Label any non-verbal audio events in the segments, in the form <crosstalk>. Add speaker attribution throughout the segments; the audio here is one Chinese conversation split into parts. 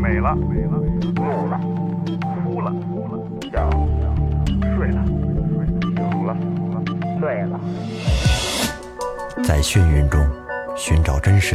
Speaker 1: 美了，怒了，哭了，笑了，睡了，醒了，醉了。
Speaker 2: 在眩晕中寻找真实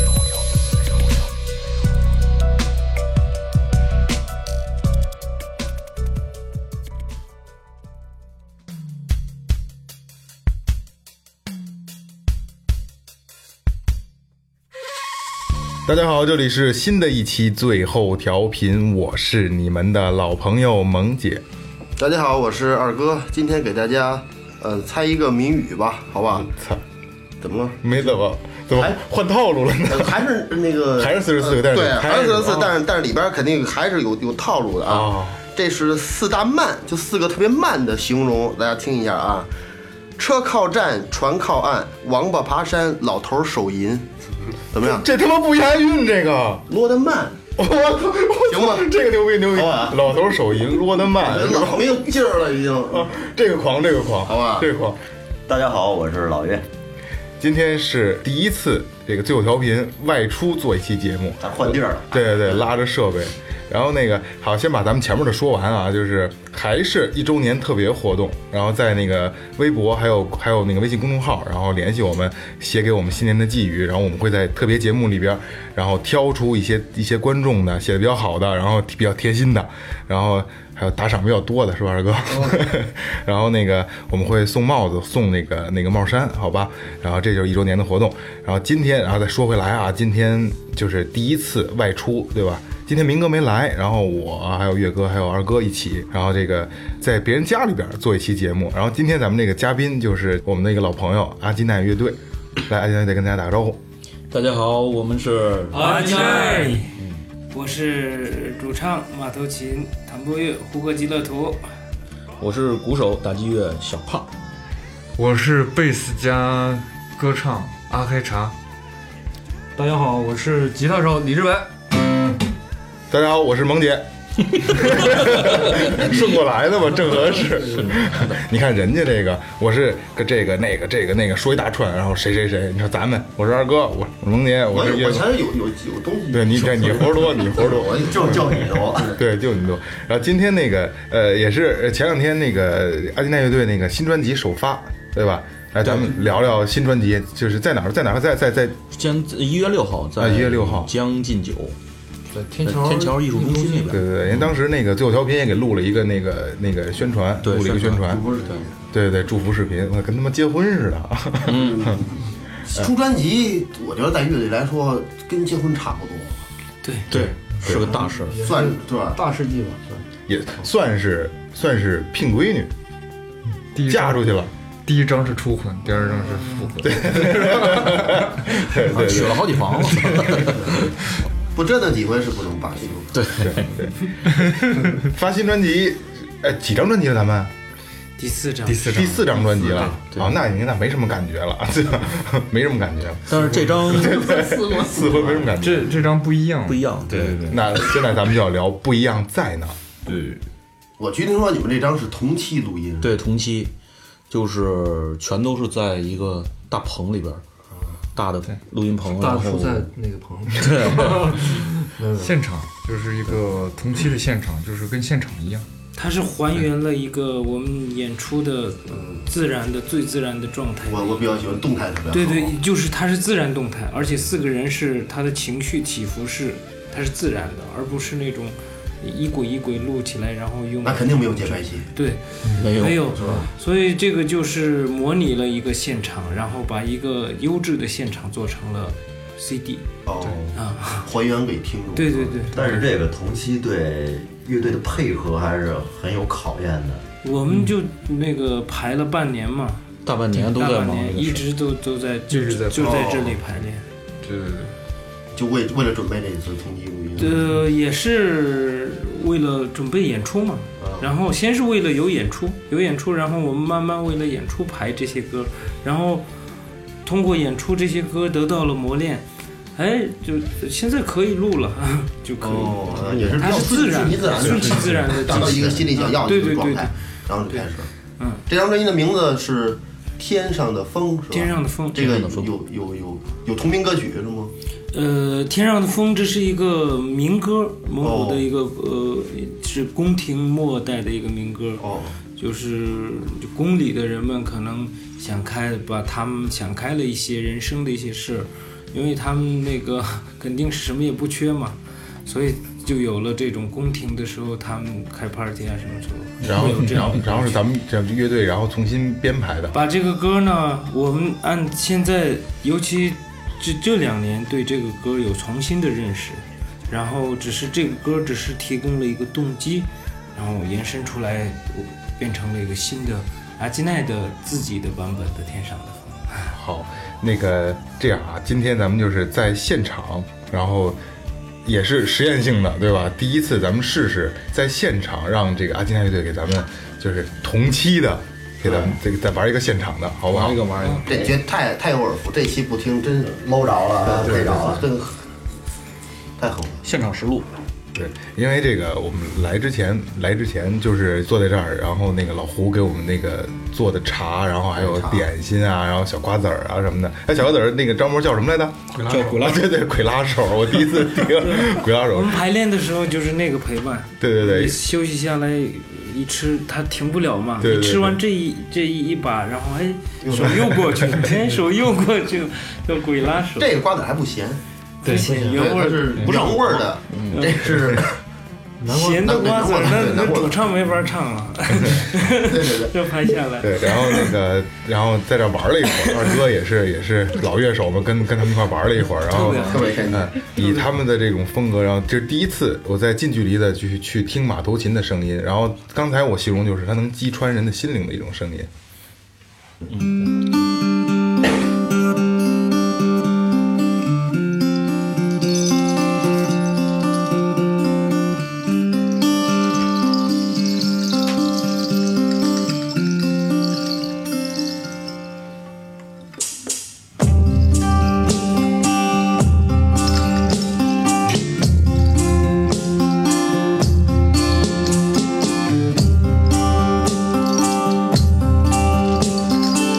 Speaker 3: 大家好，这里是新的一期最后调频，我是你们的老朋友萌姐。
Speaker 4: 大家好，我是二哥，今天给大家呃猜一个谜语吧，好吧？
Speaker 3: 操，
Speaker 4: 怎么了？
Speaker 3: 没怎么怎么
Speaker 4: 哎
Speaker 3: 换套路了呢？
Speaker 4: 呃还是那个，
Speaker 3: <laughs> 还是44个但是
Speaker 4: 对，
Speaker 3: 还是
Speaker 4: 还是四十四
Speaker 3: 哦，
Speaker 4: 但是但是里边肯定还是有有套路的
Speaker 3: 哦
Speaker 4: 啊。这是四大慢，就四个特别慢的形容，大家听一下啊。车靠站，船靠岸，王八爬山，老头手淫，怎
Speaker 3: <laughs>
Speaker 4: 么样？
Speaker 3: 这他妈不押韵，这个
Speaker 4: 落得慢，
Speaker 3: 我我
Speaker 4: 行吧
Speaker 3: 这个牛逼牛逼
Speaker 4: 好吧，
Speaker 3: 老头手淫落得慢，啊是吧
Speaker 4: 哎老没有劲儿了已经。
Speaker 3: 啊这个狂，这个狂，
Speaker 4: 好吧
Speaker 3: 这个狂。
Speaker 5: 大家好，我是老岳。
Speaker 3: 今天是第一次这个最后调频外出做一期节目，
Speaker 5: 咱换地儿了
Speaker 3: 对对对，拉着设备，然后那个好，先把咱们前面的说完啊，就是还是一周年特别活动，然后在那个微博还有还有那个微信公众号，然后联系我们，写给我们新年的寄语，然后我们会在特别节目里边，然后挑出一些一些观众的写的比较好的，然后比较贴心的，然后还有打赏比较多的是吧，二哥？
Speaker 5: 哦
Speaker 3: <laughs> 然后那个我们会送帽子，送那个那个帽衫，好吧？然后这就是一周年的活动。然后今天，然后再说回来啊，今天就是第一次外出，对吧？今天明哥没来，然后我还有岳哥还有二哥一起，然后这个在别人家里边做一期节目。然后今天咱们这个嘉宾就是我们的一个老朋友阿基奈乐队，来，阿基奈再跟大家打个招呼。
Speaker 6: 大家好，我们是
Speaker 7: 阿奈，我是主唱马头琴、弹拨乐、胡歌极乐图。
Speaker 6: 我是鼓手打击乐小胖，
Speaker 8: 我是贝斯加歌唱阿黑茶。大家好，我是吉他手李志文。
Speaker 3: 大家好，我是萌姐。顺过来的嘛，正合适。你看人家这个，我是个这个那个这个那个说一大串，然后谁谁谁，你说咱们，我是二哥，我是萌姐，
Speaker 4: 我
Speaker 3: 我是
Speaker 4: 有
Speaker 3: 岳
Speaker 4: 我
Speaker 3: 哥
Speaker 4: 前面有有有东西，
Speaker 3: 对你这你活儿多，你活儿多，
Speaker 4: 我就叫你头。
Speaker 3: 对，就你多。然后今天那个呃，也是呃前两天那个呃阿金奈乐队那个新专辑首发，对吧？来，咱们聊聊新专辑，就是在哪儿，在哪儿，在在在
Speaker 5: 将呃一月六号在
Speaker 3: 啊1月6号
Speaker 5: 将进酒，
Speaker 8: 对，天
Speaker 5: 桥天桥艺术中心那
Speaker 3: 对
Speaker 5: 边。
Speaker 3: 对对，人当时那个最后调频也给录了一个那个那个宣传，
Speaker 5: 对
Speaker 3: 录了一个宣
Speaker 5: 宣传
Speaker 3: 传，对对对，祝福视频，我跟他妈结婚似的。
Speaker 4: 出专辑，我觉得在乐队来说跟结婚差不多，
Speaker 7: 对，
Speaker 5: 对，是个大事儿。
Speaker 4: 算对吧？
Speaker 8: 大世纪吧，
Speaker 3: 也算是算是聘闺女，
Speaker 8: 第一
Speaker 3: 嫁出去了。
Speaker 8: 第一张是初婚，第二张是复婚。对，
Speaker 3: <laughs> 对对
Speaker 5: 娶
Speaker 3: 对
Speaker 5: 啊了好几
Speaker 3: <laughs>
Speaker 5: 房了，
Speaker 4: 不折腾几回是不能把这个。对，
Speaker 3: 发新专辑，哎，几张专辑了？咱们
Speaker 7: 第四张，
Speaker 3: 四张，第四张专辑了。哦，那你那没什么感觉了， <laughs> 对吧？没什么感觉了，
Speaker 5: 但是这张
Speaker 3: 四婚没什么感觉。
Speaker 8: 这这张不一样
Speaker 5: 不。一样。对对对，
Speaker 3: 那现在咱们就要聊不一样在哪儿。
Speaker 4: 我据听说你们这张是同期录音，
Speaker 5: 对同期就是全都是在一个大棚里边儿，大的录音棚，然后
Speaker 8: 那个棚，现场就是一个同期的现场，就是跟现场一样。
Speaker 7: 它是还原了一个我们演出的嗯自然的最自然的状态。
Speaker 4: 我我比较喜欢动态特别好。
Speaker 7: 对对，就是它是自然动态，而且四个人是他的情绪起伏是它是自然的，而不是那种一轨一轨录起来，然后用
Speaker 4: 那肯定没有节拍器。
Speaker 7: 对，
Speaker 5: 没有
Speaker 7: 没有，所以这个就是模拟了一个现场，然后把一个优质的现场做成了 CD
Speaker 4: 哦，
Speaker 7: 啊，
Speaker 4: 还原给听众。
Speaker 7: 对对对，
Speaker 9: 但是这个同期对乐队的配合还是很有考验的。
Speaker 7: 我们就那个排了半年嘛，
Speaker 5: 大半年嗯都
Speaker 7: 大
Speaker 5: 在
Speaker 7: 半
Speaker 5: 忙这
Speaker 7: 年
Speaker 5: 个
Speaker 7: 一
Speaker 5: 事儿。
Speaker 7: 直都都在就
Speaker 8: 一直在
Speaker 7: 就
Speaker 5: 啊
Speaker 7: 在这里排练，
Speaker 8: 对对对。
Speaker 4: 就为为了准备这次同期录音。
Speaker 7: 呃，也是为了准备演出嘛，
Speaker 4: 嗯，
Speaker 7: 然后先是为了有演出，有演出，然后我们慢慢为了演出排这些歌，然后通过演出这些歌得到了磨练，哎，就现在可以录了， <laughs> 就可以。
Speaker 4: 哦，也是比
Speaker 7: 它
Speaker 4: 较
Speaker 7: 是自然
Speaker 4: 顺其自
Speaker 7: 的，
Speaker 4: 然，
Speaker 7: 顺其自然的
Speaker 4: 达到一个心里想要的
Speaker 7: 对
Speaker 4: 一
Speaker 7: 对
Speaker 4: 个状
Speaker 7: 对对
Speaker 4: 态，，然后就开始。
Speaker 7: 嗯，
Speaker 4: 这张专辑的名字是《天上的风》，是吧？
Speaker 7: 天上的风
Speaker 4: 这个有有有有同名歌曲是吗？
Speaker 7: 呃，《天上的风》这是一个民歌，蒙
Speaker 4: 哦
Speaker 7: 古的一个、呃，是宫廷末代的一个民歌。
Speaker 4: 哦，
Speaker 7: 就是就宫里的人们可能想开，把他们想开了一些人生的一些事儿，因为他们那个 <laughs> 肯定是什么也不缺嘛，所以就有了这种宫廷的时候，他们开 party 啊什么时候，
Speaker 3: 然后
Speaker 7: 会有这
Speaker 3: 然
Speaker 7: 样
Speaker 3: 后
Speaker 7: 的
Speaker 3: 然后是咱们这乐队，然后重新编排的。
Speaker 7: 把这个歌呢，我们按现在，尤其这这两年对这个歌有重新的认识，然后只是这个歌只是提供了一个动机，然后延伸出来，我变成了一个新的阿基奈的自己的版本的《天上的风》。
Speaker 3: 哦好，那个这样啊，今天咱们就是在现场，然后也是实验性的，对吧？第一次咱们试试在现场让这个阿金泰乐队给咱们就是同期的，给咱们这个再玩一个现场的，好不嗯好？玩一个玩一个。
Speaker 4: 这绝太太有耳福，这期不听真
Speaker 9: 搂着了啊，
Speaker 4: 对
Speaker 9: 逮着了。
Speaker 4: 真太好了。
Speaker 5: 现场实录，
Speaker 3: 对，因为这个我们来之前，来之前就是坐在这儿，然后那个老胡给我们那个做的茶，然后还有点心啊，然后小瓜子儿啊什么的。哎，小瓜子儿那个张模叫什么来着？
Speaker 6: 叫古拉
Speaker 3: 啊，对对，鬼拉手，我第一次听 <laughs> 鬼拉
Speaker 7: 我
Speaker 3: 手
Speaker 7: 们。排练的时候就是那个陪伴，
Speaker 3: 对对对，
Speaker 7: 休息下来一吃，它停不了嘛，
Speaker 3: 对对
Speaker 7: 你
Speaker 3: 对
Speaker 7: 吃完这一这一一把，然后
Speaker 3: <laughs>
Speaker 7: 哎手又过去了，哎手又过去 <laughs> 了，叫鬼拉手。
Speaker 4: 这个瓜子还不咸，
Speaker 7: 对，原味
Speaker 4: 它
Speaker 7: 儿
Speaker 4: 是嗯原味儿的，这是
Speaker 7: 咸的瓜子儿，
Speaker 4: 难
Speaker 7: 那
Speaker 4: 过了
Speaker 7: 那主唱没法唱了，
Speaker 4: <laughs> 对
Speaker 7: <laughs>
Speaker 4: 对对。
Speaker 7: 这拍下来。
Speaker 3: 对，然后那个，然后在这玩了一会儿，二哥也是 <laughs> 也是老乐手嘛，跟跟他们一块玩了一会儿，然后
Speaker 7: 特
Speaker 4: 特别开心
Speaker 3: 嗯，以他们的这种风格，然后这是第一次我在近距离的去去听马头琴的声音，然后刚才我形容就是它能击穿人的心灵的一种声音。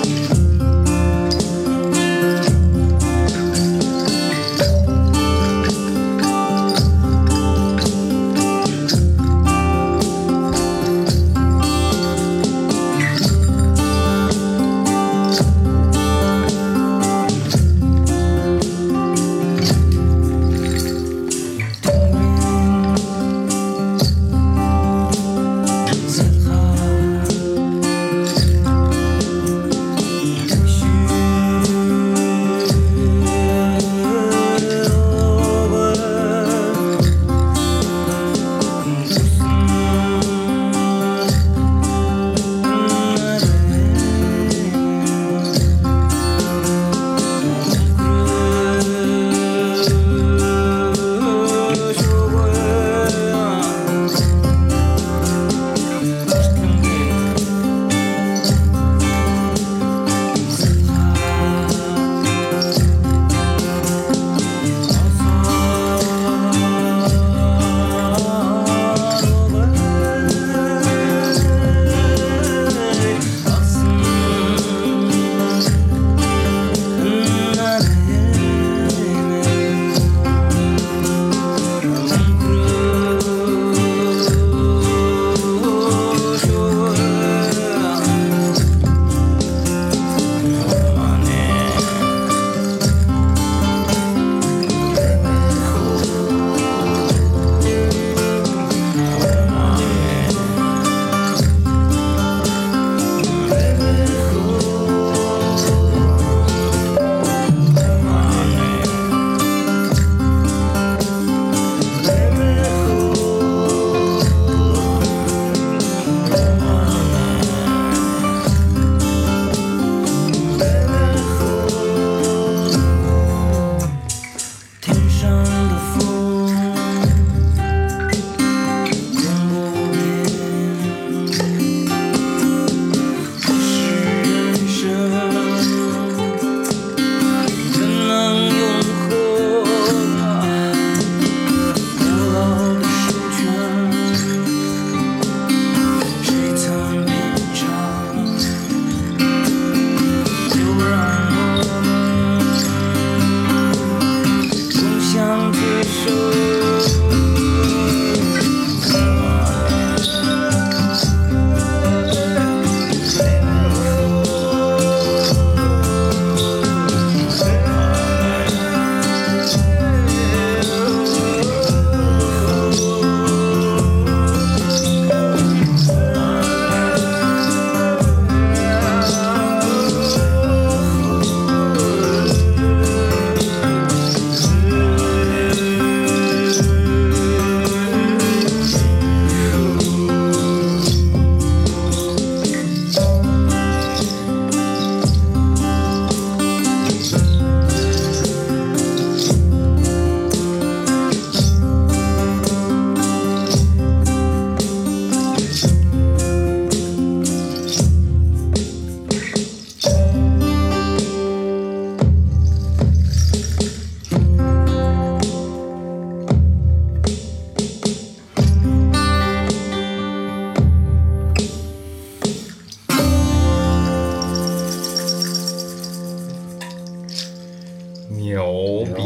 Speaker 10: 天上的风，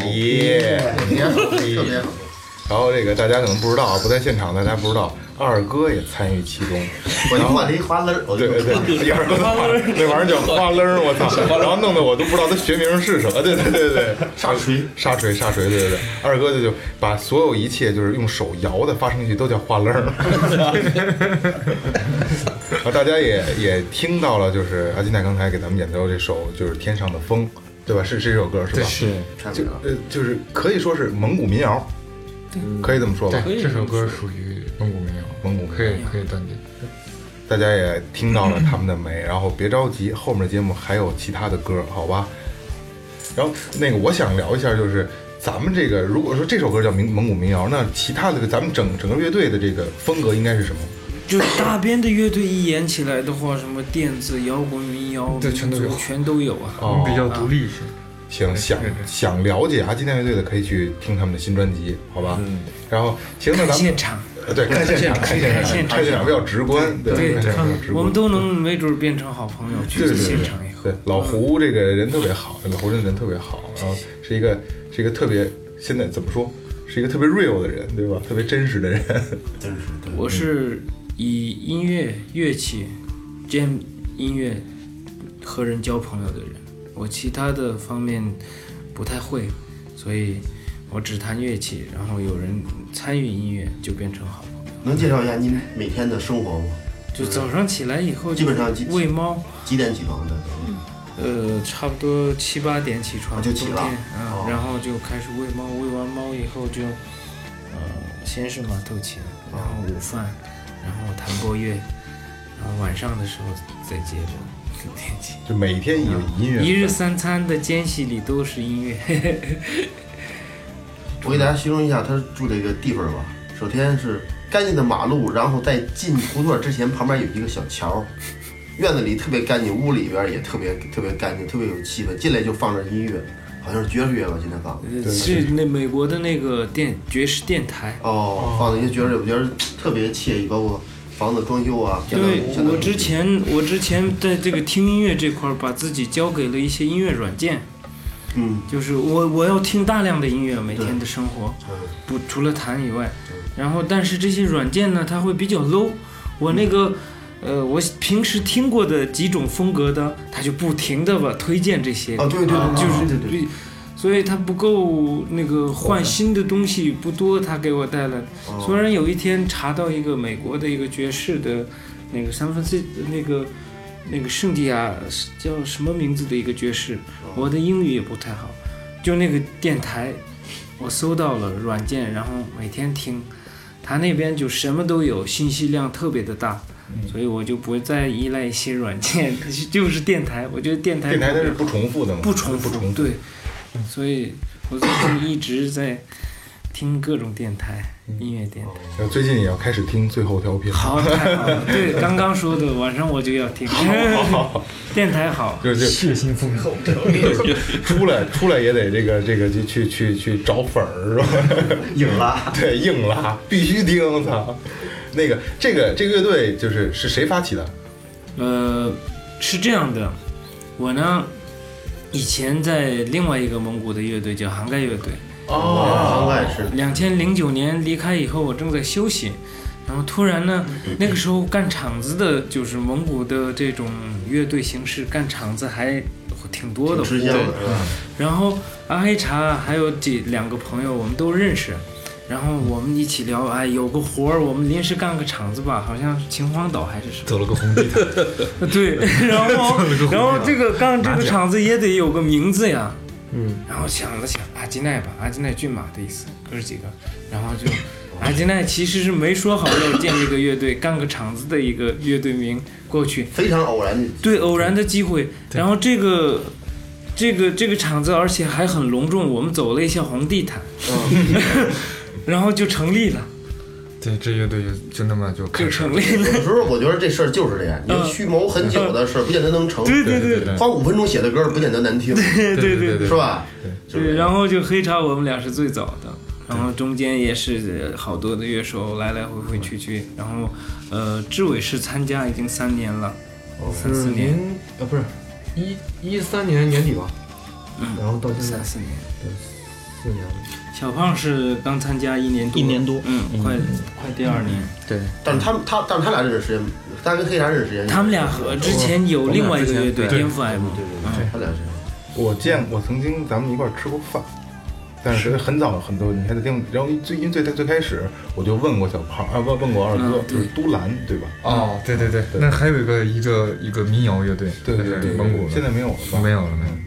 Speaker 4: 别好，特别好。
Speaker 3: 然后这个大家可能不知道啊，不在现场的大家不知道，二哥也参与其中。
Speaker 9: 我就换了一花楞儿，我
Speaker 3: 对
Speaker 9: 就
Speaker 4: <laughs>
Speaker 3: 对对，二哥那玩意儿叫花楞儿，我操！然后弄得我都不知道它学名是什么。对对对对，
Speaker 9: 沙锤
Speaker 3: 沙锤沙锤，对对对，二哥就就把所有一切就是用手摇的发声器都叫花楞儿。 <laughs> 然后大家也也听到了，就是阿金娜刚才给咱们演奏这首就是《天上的风》，对吧？是是这首歌是吧？是，就呃就是可以说是蒙古民谣，可以这么说吧？
Speaker 8: 对，这首歌属于蒙古民谣，
Speaker 3: 蒙古
Speaker 8: 可以可以断定。
Speaker 3: 大家也听到了他们的美，然后别着急，后面的节目还有其他的歌，好吧？然后那个我想聊一下，就是咱们这个如果说这首歌叫民蒙古民谣，那其他的咱们整整个乐队的这个风格应该是什么？
Speaker 7: 就大边的乐队一演起来的话，什么电子、摇滚、民谣、
Speaker 8: 对全都有
Speaker 7: 民族全都有啊。
Speaker 3: 哦
Speaker 8: 我们嗯比较独立一些。
Speaker 3: 行，想
Speaker 8: 对对对
Speaker 3: 想了解阿基奈乐队的可以去听他们的新专辑，好吧？嗯。然后行，那咱
Speaker 7: 看
Speaker 3: 们
Speaker 7: 现场，
Speaker 3: 呃对看现场，看现场，
Speaker 7: 看现场
Speaker 3: 看现场比较直观，对
Speaker 7: 对
Speaker 3: 看现场比较直观。
Speaker 7: 我们都能没准变成好朋友，去
Speaker 3: 对对
Speaker 7: 现
Speaker 3: 对
Speaker 7: 场以后嗯
Speaker 3: 对，老胡这个人特别好，老胡这人特别好，然后是一个是一个特别现在怎么说，是一个特别 real 的人，对吧？特别真实的人。 <laughs>
Speaker 7: 我是以音乐乐器、jam 音乐和人交朋友的人，我其他的方面不太会，所以我只弹乐器，然后有人参与音乐就变成好朋友。
Speaker 4: 能介绍一下您每天的生活吗？
Speaker 7: 就早上起来以后，
Speaker 4: 基本上几
Speaker 7: 喂猫，
Speaker 4: 几点起床的？
Speaker 7: 呃，差不多七八点起床，
Speaker 4: 啊就起了哦
Speaker 7: 冬天啊，然后就开始喂猫，喂完猫以后就，呃，先是马头琴，
Speaker 4: 哦
Speaker 7: 然后午饭，然后弹拨乐，然后晚上的时候再接
Speaker 4: <laughs>
Speaker 7: 着练琴。
Speaker 3: 就每天有音乐，
Speaker 7: 一日三餐的间隙里都是音乐， <laughs> 嘿嘿嘿
Speaker 4: 我给大家形容一下他住这个地方吧。首先是干净的马路，然后在进胡同之前，旁边有一个小桥，院子里特别干净，屋里边也特别特别干净，特别有气氛。进来就放着音乐，好像是爵士乐吧，今天放的。
Speaker 7: 呃是那美国的那个电爵士电台。
Speaker 4: 哦，放的一些爵士乐，我觉得特别惬意，包括房子装修啊。
Speaker 7: 因
Speaker 4: 相当
Speaker 7: 为
Speaker 4: 相当
Speaker 7: 我之前我之前在这个听音乐这块儿，把自己交给了一些音乐软件，
Speaker 4: 嗯，
Speaker 7: 就是我我要听大量的音乐，每天的生活，不除了弹以外，然后但是这些软件呢，它会比较 low，我那
Speaker 4: 嗯
Speaker 7: 个。呃，我平时听过的几种风格的，它就不停的吧推荐这些，
Speaker 4: 啊，对对对，
Speaker 7: 就是
Speaker 4: 对对对，
Speaker 7: 对，所以它不够那个换新的东西不多，它给我带来。虽然有一天查到一个美国的一个爵士的，那个三藩市那个那个圣地亚是叫什么名字的一个爵士，
Speaker 3: 哦
Speaker 7: 我的英语也不太好，就那个电台，我搜到了软件，然后每天听，他那边就什么都有，信息量特别的大。
Speaker 3: 嗯
Speaker 7: 所以我就不再依赖一些软件， <laughs> 就是电台。我觉得电台
Speaker 3: 电台它
Speaker 7: 特别
Speaker 3: 是不
Speaker 7: 好
Speaker 3: 重复的嘛，
Speaker 7: 不重复，
Speaker 3: 不重复。
Speaker 7: 对，所以我最近一直在听各种电台，
Speaker 3: 嗯
Speaker 7: 音乐电台。
Speaker 3: 然后最近也要开始听最后调频，
Speaker 7: 好，太好了！对，刚刚说的，晚上我就要听。电台好，
Speaker 3: 就是
Speaker 8: 血腥风口，
Speaker 3: 出来出来也得这个这个去去去去找粉儿是吧？
Speaker 9: 硬拉。
Speaker 3: <laughs> 对，硬拉必须听，我操！那个这个这个乐队就是是谁发起的？
Speaker 7: 呃，是这样的，我呢以前在另外一个蒙古的乐队叫杭盖乐队，
Speaker 4: 哦，我也是。
Speaker 7: 两千零九年离开以后，我正在休息，然后突然呢，那个时候干场子的，就是蒙古的这种乐队形式，干场子还挺多的，
Speaker 4: 吃香的，
Speaker 7: 然后阿黑茶还有几两个朋友，我们都认识，然后我们一起聊，哎，有个活儿，我们临时干个场子吧，好像是秦皇岛还是
Speaker 8: <laughs>
Speaker 7: 什么。
Speaker 8: 走了个红地毯，
Speaker 7: 对，然后
Speaker 8: 了个红
Speaker 7: 然后
Speaker 8: 娘
Speaker 7: 这个干这个场子也得有个名字呀。嗯，然后想了想，阿基奈吧，阿基奈骏马的意思，哥儿几个，然后就阿基奈其实是没说好要建一个乐队，干个场子的一个乐队名过去，
Speaker 4: 非常偶然的。
Speaker 7: 对，偶然的机会，然后这个。这个这个场子，而且还很隆重，我们走了一下红地毯， <laughs> 然后就成立了，
Speaker 8: 对，这乐队就就那么就
Speaker 7: 就
Speaker 8: 开始了
Speaker 7: 成。立了
Speaker 4: 有。时候我觉得这事儿就是这样，你蓄谋很久的事儿，不见得能成。
Speaker 7: 嗯对对对
Speaker 4: 花五分钟写的歌儿不见得难听，是
Speaker 7: 对对对
Speaker 8: 对
Speaker 4: 吧？
Speaker 7: 对，然后就黑茶我们俩是最早的，然后中间也是呃好多的乐手来来回回去去，然后呃志伟是参加已经三年了，三四年，
Speaker 10: 零呃不是一一三年年底吧，然后到现在
Speaker 7: 三四年，
Speaker 4: 四年了，
Speaker 7: 小胖是刚参加一年多，
Speaker 5: 一年多
Speaker 7: 嗯，快快第二年。
Speaker 5: 对，
Speaker 4: 但是他们他但是他俩认识时间，他跟黑茶认识时间，
Speaker 7: 他们俩和之前有另外一个乐队
Speaker 5: 我们俩之前对
Speaker 7: 颠覆 M，
Speaker 4: 对对对，他俩是
Speaker 3: 我见我曾经咱们一块儿吃过饭，但是很早很多，你还得听。然后最因为最最开始我就问过小胖啊，问问过二哥，就是都兰对吧？
Speaker 8: 哦，对对对，那还有一个一个一个民谣乐队，
Speaker 3: 对对
Speaker 8: 还
Speaker 3: 对，
Speaker 8: 是蒙古的，
Speaker 3: 现在没有了吧？
Speaker 8: 没有了没有了，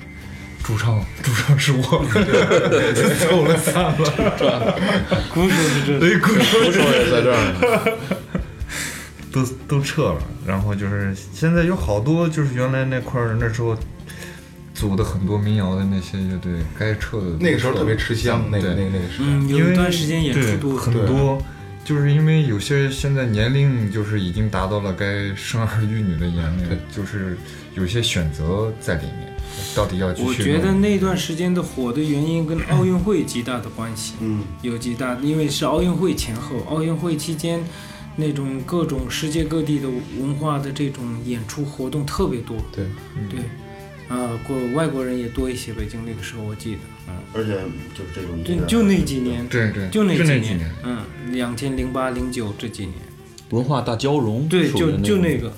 Speaker 8: 主唱主唱是我， <laughs> 走了散了，
Speaker 7: 鼓手是这
Speaker 8: 所以鼓手
Speaker 5: 鼓手也在这儿呢。
Speaker 8: <laughs> 都都撤了，然后就是现在有好多就是原来那块儿那时候组的很多民谣的那些乐队，该撤的都
Speaker 3: 那个时候
Speaker 8: 撤
Speaker 3: 特别
Speaker 8: 了
Speaker 3: 吃香，那个
Speaker 8: 对
Speaker 3: 那个那个时
Speaker 7: 嗯，
Speaker 8: 因
Speaker 7: 有
Speaker 8: 为
Speaker 7: 一段时间演出
Speaker 8: 对
Speaker 7: 都
Speaker 8: 很
Speaker 3: 对
Speaker 8: 多，就是因为有些现在年龄就是已经达到了该生儿育女的年龄，就是有些选择在里面，到底要去
Speaker 7: 我
Speaker 8: 去
Speaker 7: 觉得
Speaker 8: 弄
Speaker 7: 那段时间的火的原因跟奥运会极大的关系，
Speaker 4: 嗯，
Speaker 7: 有极大，因为是奥运会前后，奥运会期间，那种各种世界各地的文化的这种演出活动特别多，
Speaker 3: 对
Speaker 7: 对，呃，国外国人也多一些，北京那个时候我记得，嗯，
Speaker 4: 而且就是这种
Speaker 7: 就就那几年，
Speaker 8: 对对，
Speaker 7: 就那
Speaker 8: 是
Speaker 7: 几
Speaker 8: 那
Speaker 7: 年，
Speaker 8: 几年，
Speaker 7: 嗯，两千零八零九这几年，
Speaker 5: 文化大交融，
Speaker 7: 对，
Speaker 5: 属于
Speaker 7: 就就
Speaker 5: 那
Speaker 7: 那
Speaker 5: 种
Speaker 7: 个，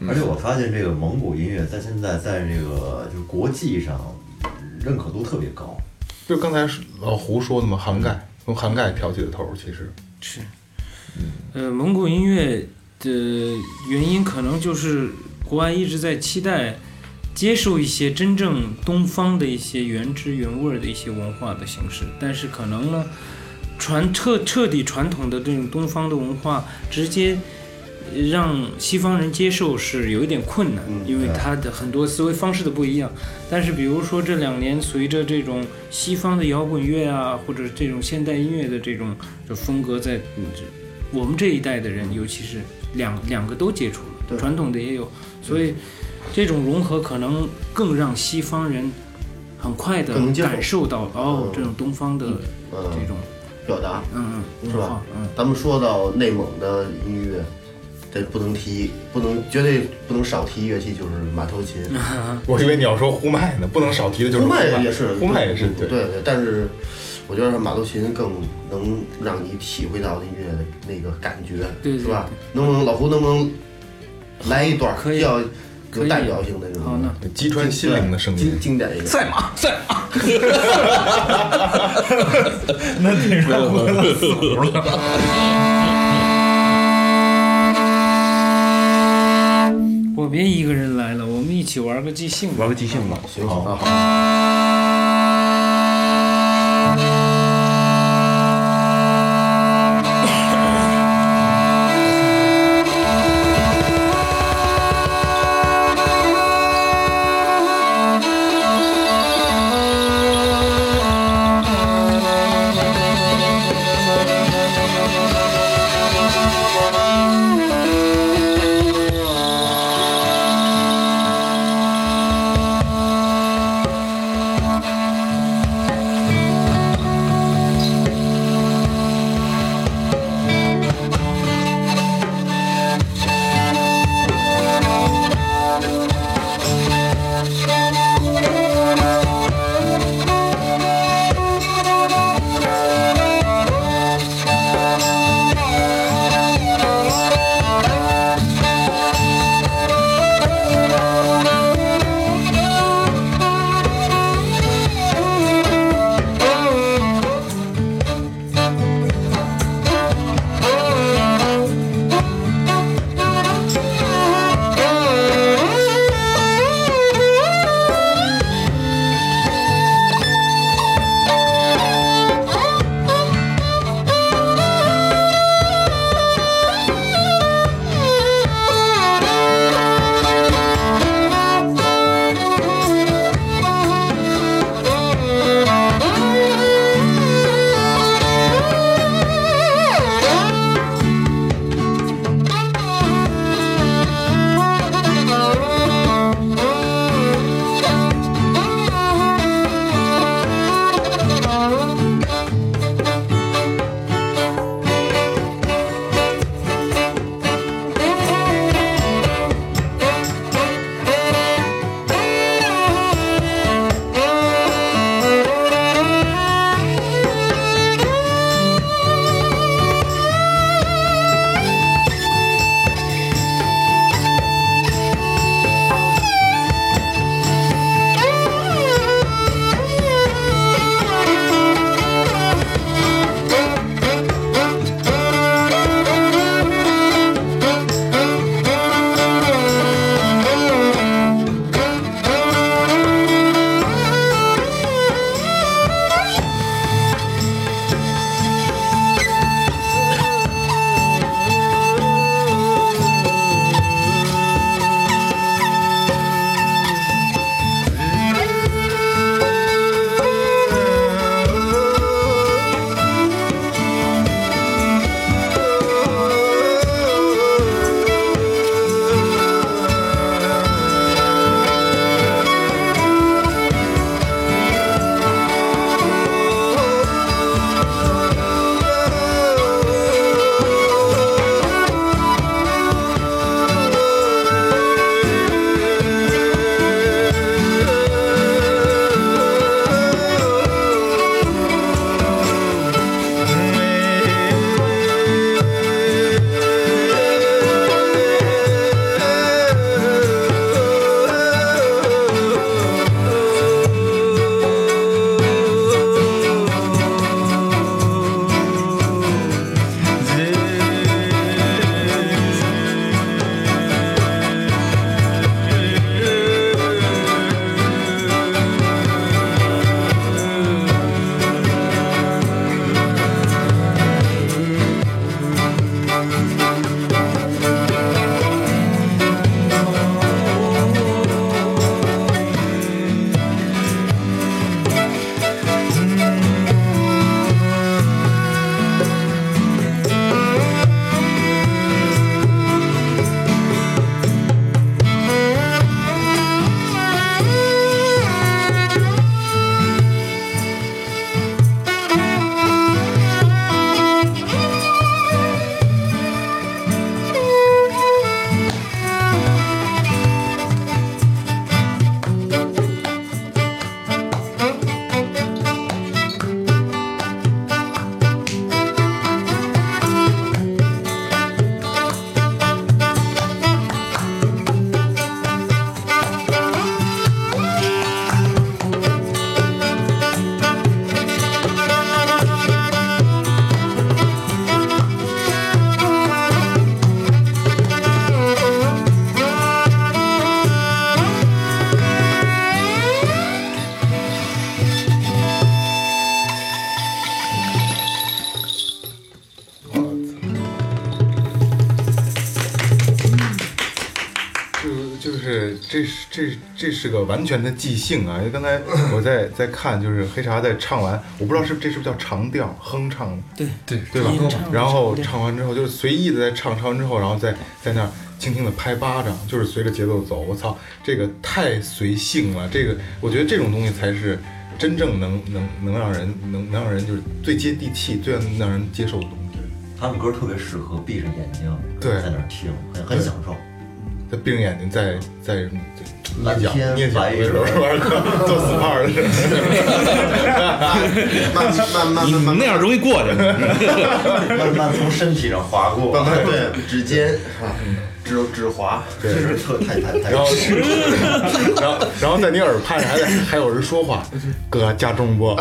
Speaker 2: 嗯
Speaker 9: 而且我发现这个蒙古音乐在现在在这个就是国际上认可度特别高，
Speaker 3: 就刚才老胡说的嘛，涵盖从涵盖挑起的头儿，其实
Speaker 7: 是，呃，蒙古音乐的原因可能就是国外一直在期待接受一些真正东方的一些原汁原味儿的一些文化的形式，但是可能呢，传彻彻底传统的这种东方的文化直接。让西方人接受是有一点困难，
Speaker 4: 嗯
Speaker 7: 因为他的很多思维方式的不一样。但是，比如说这两年随着这种西方的摇滚乐啊，或者这种现代音乐的这种就风格在，嗯这我们这一代的人，尤其是两两个都接触了，传统的也
Speaker 4: 嗯
Speaker 7: 有，所以这种融合可能更让西方人很快的
Speaker 4: 更能接受嗯
Speaker 7: 感受到哦，这种东方的这种
Speaker 4: 呃表达。
Speaker 7: 嗯嗯
Speaker 4: 是
Speaker 7: 文
Speaker 4: 吧
Speaker 7: 化，嗯
Speaker 4: 咱们说到内蒙的音乐，这不能提，不能绝对不能少提乐器，就是马头琴。
Speaker 3: 我以为你要说呼麦呢，不能少提的就是
Speaker 4: 呼麦
Speaker 3: 麦
Speaker 4: 也是，
Speaker 3: 呼麦也是
Speaker 4: 对
Speaker 3: 对。
Speaker 4: 对，但是我觉得马头琴更能让你体会到音乐的那个感觉，
Speaker 7: 对对
Speaker 4: 是吧？能不能老胡能不能来一段
Speaker 7: 可以
Speaker 4: 比较
Speaker 7: 可
Speaker 4: 有
Speaker 7: 以
Speaker 4: 代表性的这种？
Speaker 7: 好呢，
Speaker 3: 对击穿心灵的声音
Speaker 4: 经，经典一个。
Speaker 5: 赛马赛马，
Speaker 8: 那得让我走了。
Speaker 7: 我别一个人来了，我们一起玩个即兴吧。
Speaker 5: 玩个即兴吧。
Speaker 4: 啊
Speaker 5: 好，
Speaker 7: 我
Speaker 3: 就是这是这是这是个完全的即兴啊！因为
Speaker 9: <laughs>
Speaker 3: 刚才我在在看，就是黑茶在唱完，我不知道是这是不是叫长调哼唱，
Speaker 7: 对
Speaker 8: 对
Speaker 3: 对吧
Speaker 7: 吟唱？
Speaker 3: 然后
Speaker 7: 长调
Speaker 3: 唱完之后就是随意的在唱，唱完之后，然后再在那儿轻轻的拍巴掌，就是随着节奏走。我操，这个太随性了！这个我觉得这种东西才是真正能能能让人能能让人就是最接地气、最让人接受的东西。
Speaker 9: 他们歌特别适合闭上眼睛，
Speaker 3: 对
Speaker 9: 在那儿听，很很享受。
Speaker 3: 他闭着眼睛在在什么
Speaker 9: 蓝
Speaker 3: 捏脚
Speaker 9: 天
Speaker 3: 捏脚
Speaker 9: 白
Speaker 3: 那
Speaker 9: 云
Speaker 3: 时候玩儿
Speaker 9: <laughs>
Speaker 3: 做 SPA 的时候。
Speaker 4: 慢慢慢
Speaker 5: 你
Speaker 4: 慢慢
Speaker 5: 那样容易过去。
Speaker 9: 慢慢从身体上划过，嗯
Speaker 4: 慢慢对指尖啊，指指滑，
Speaker 9: 这是特太太太
Speaker 3: 然
Speaker 4: <laughs>
Speaker 3: 后，然后，然后在你耳畔还在还有人说话，哥加重
Speaker 4: <laughs>
Speaker 3: 不？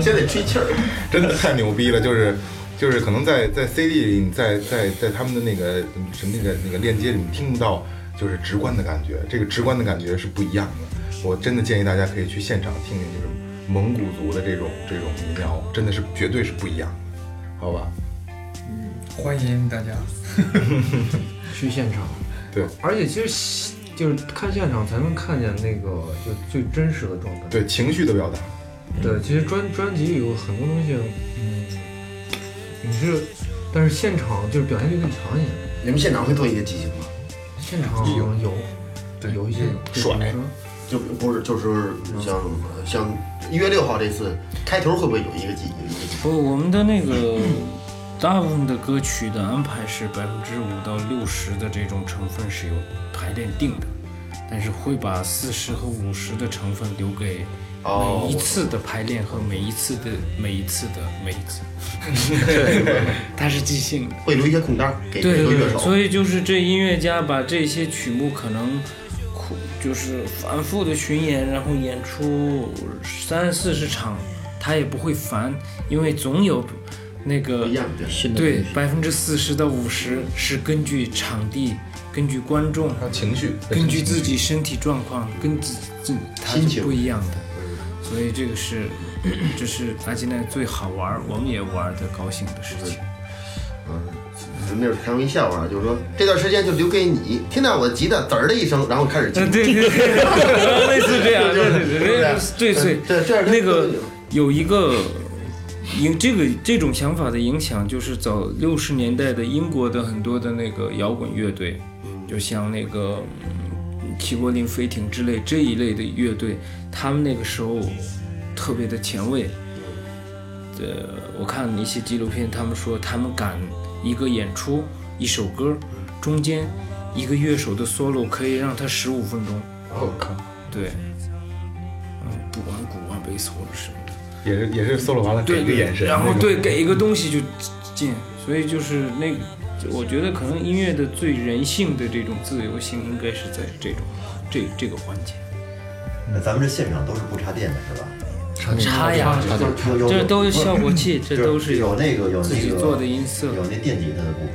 Speaker 4: 先得吹气儿。
Speaker 3: 真的太牛逼了，就是。就是可能在在 CD 里，你在在在他们的那个嗯什么那个那个链接里，你听不到就是直观的感觉，这个直观的感觉是不一样的。我真的建议大家可以去现场听听，就是蒙古族的这种这种民谣，真的是绝对是不一样的，好吧？
Speaker 8: 欢迎大家。
Speaker 10: 去现场。
Speaker 3: 对，
Speaker 10: 而且其实就是看现场才能看见那个就最真实的状态。
Speaker 3: 对情绪的表达，
Speaker 7: 嗯
Speaker 10: 对，其实专专辑有很多东西，嗯，你是，但是现场就是表现力更强一些。
Speaker 4: 你们现场会做一些即兴吗？
Speaker 10: 现场
Speaker 8: 也有
Speaker 10: 有，
Speaker 8: 对
Speaker 10: 有一些
Speaker 3: 甩
Speaker 10: 对比如说
Speaker 4: 就不是就是像呃像一月六号这次开头会不会有一个即有一个即
Speaker 7: 不，我们的那个大部分的歌曲的安排是百分之五到六十的这种成分是有排练定的，但是会把四十和五十的成分留给
Speaker 4: 哦
Speaker 7: 每一次的排练和每一次的每一次的每一次。 <laughs> 它是即兴的，
Speaker 4: 会留一些空档给每
Speaker 7: 对
Speaker 4: 个
Speaker 7: 对
Speaker 4: 乐
Speaker 7: 对，
Speaker 4: 手？
Speaker 7: 所以就是这音乐家把这些曲目可能。苦就是反复的巡演，然后演出三四十场，他也不会烦，因为总有那个
Speaker 4: 不一样的地方。
Speaker 7: 对，百分之四十到五十是根据场地、根据观众、
Speaker 3: 还有情绪，
Speaker 7: 根据自己身体状况、跟自自它
Speaker 4: 心
Speaker 7: 是
Speaker 4: 情
Speaker 7: 不一样的。所以这个是，这是阿基奈最好玩儿，我们也玩的高兴的事情。
Speaker 4: 那会儿开玩笑啊，就是说这段时间就留给你。听到我吉他滋儿的一声，然后开始进
Speaker 7: 对呃对对， <laughs> 类似这样，对对对对对
Speaker 4: 嗯对这样
Speaker 7: 那个有一个影这个这种想法的影响，就是早六十年代的英国的很多的那个摇滚乐队，就像那个嗯齐柏林飞艇之类这一类的乐队，他们那个时候特别的前卫。呃，我看一些纪录片，他们说他们敢一个演出一首歌，中间一个乐手的 solo 可以让他十五分钟。
Speaker 3: 我靠，
Speaker 7: 对，嗯，不玩鼓玩贝斯或者什么的，
Speaker 3: 也是也是 solo 完了给一个眼神，
Speaker 7: 然后
Speaker 3: 那种
Speaker 7: 对给一个东西就进，所以就是那个，我觉得可能音乐的最人性的这种自由性，应该是在这种这这个环节。
Speaker 9: 那咱们这现场都是不插电的，是吧？
Speaker 7: 插呀，
Speaker 9: 有有
Speaker 7: 啊这
Speaker 9: 有
Speaker 7: 都是效果器，这
Speaker 9: 就
Speaker 7: 都是
Speaker 9: 有那个有
Speaker 7: 自己
Speaker 9: 那个
Speaker 7: 做的音色，
Speaker 9: 有那电吉他的部分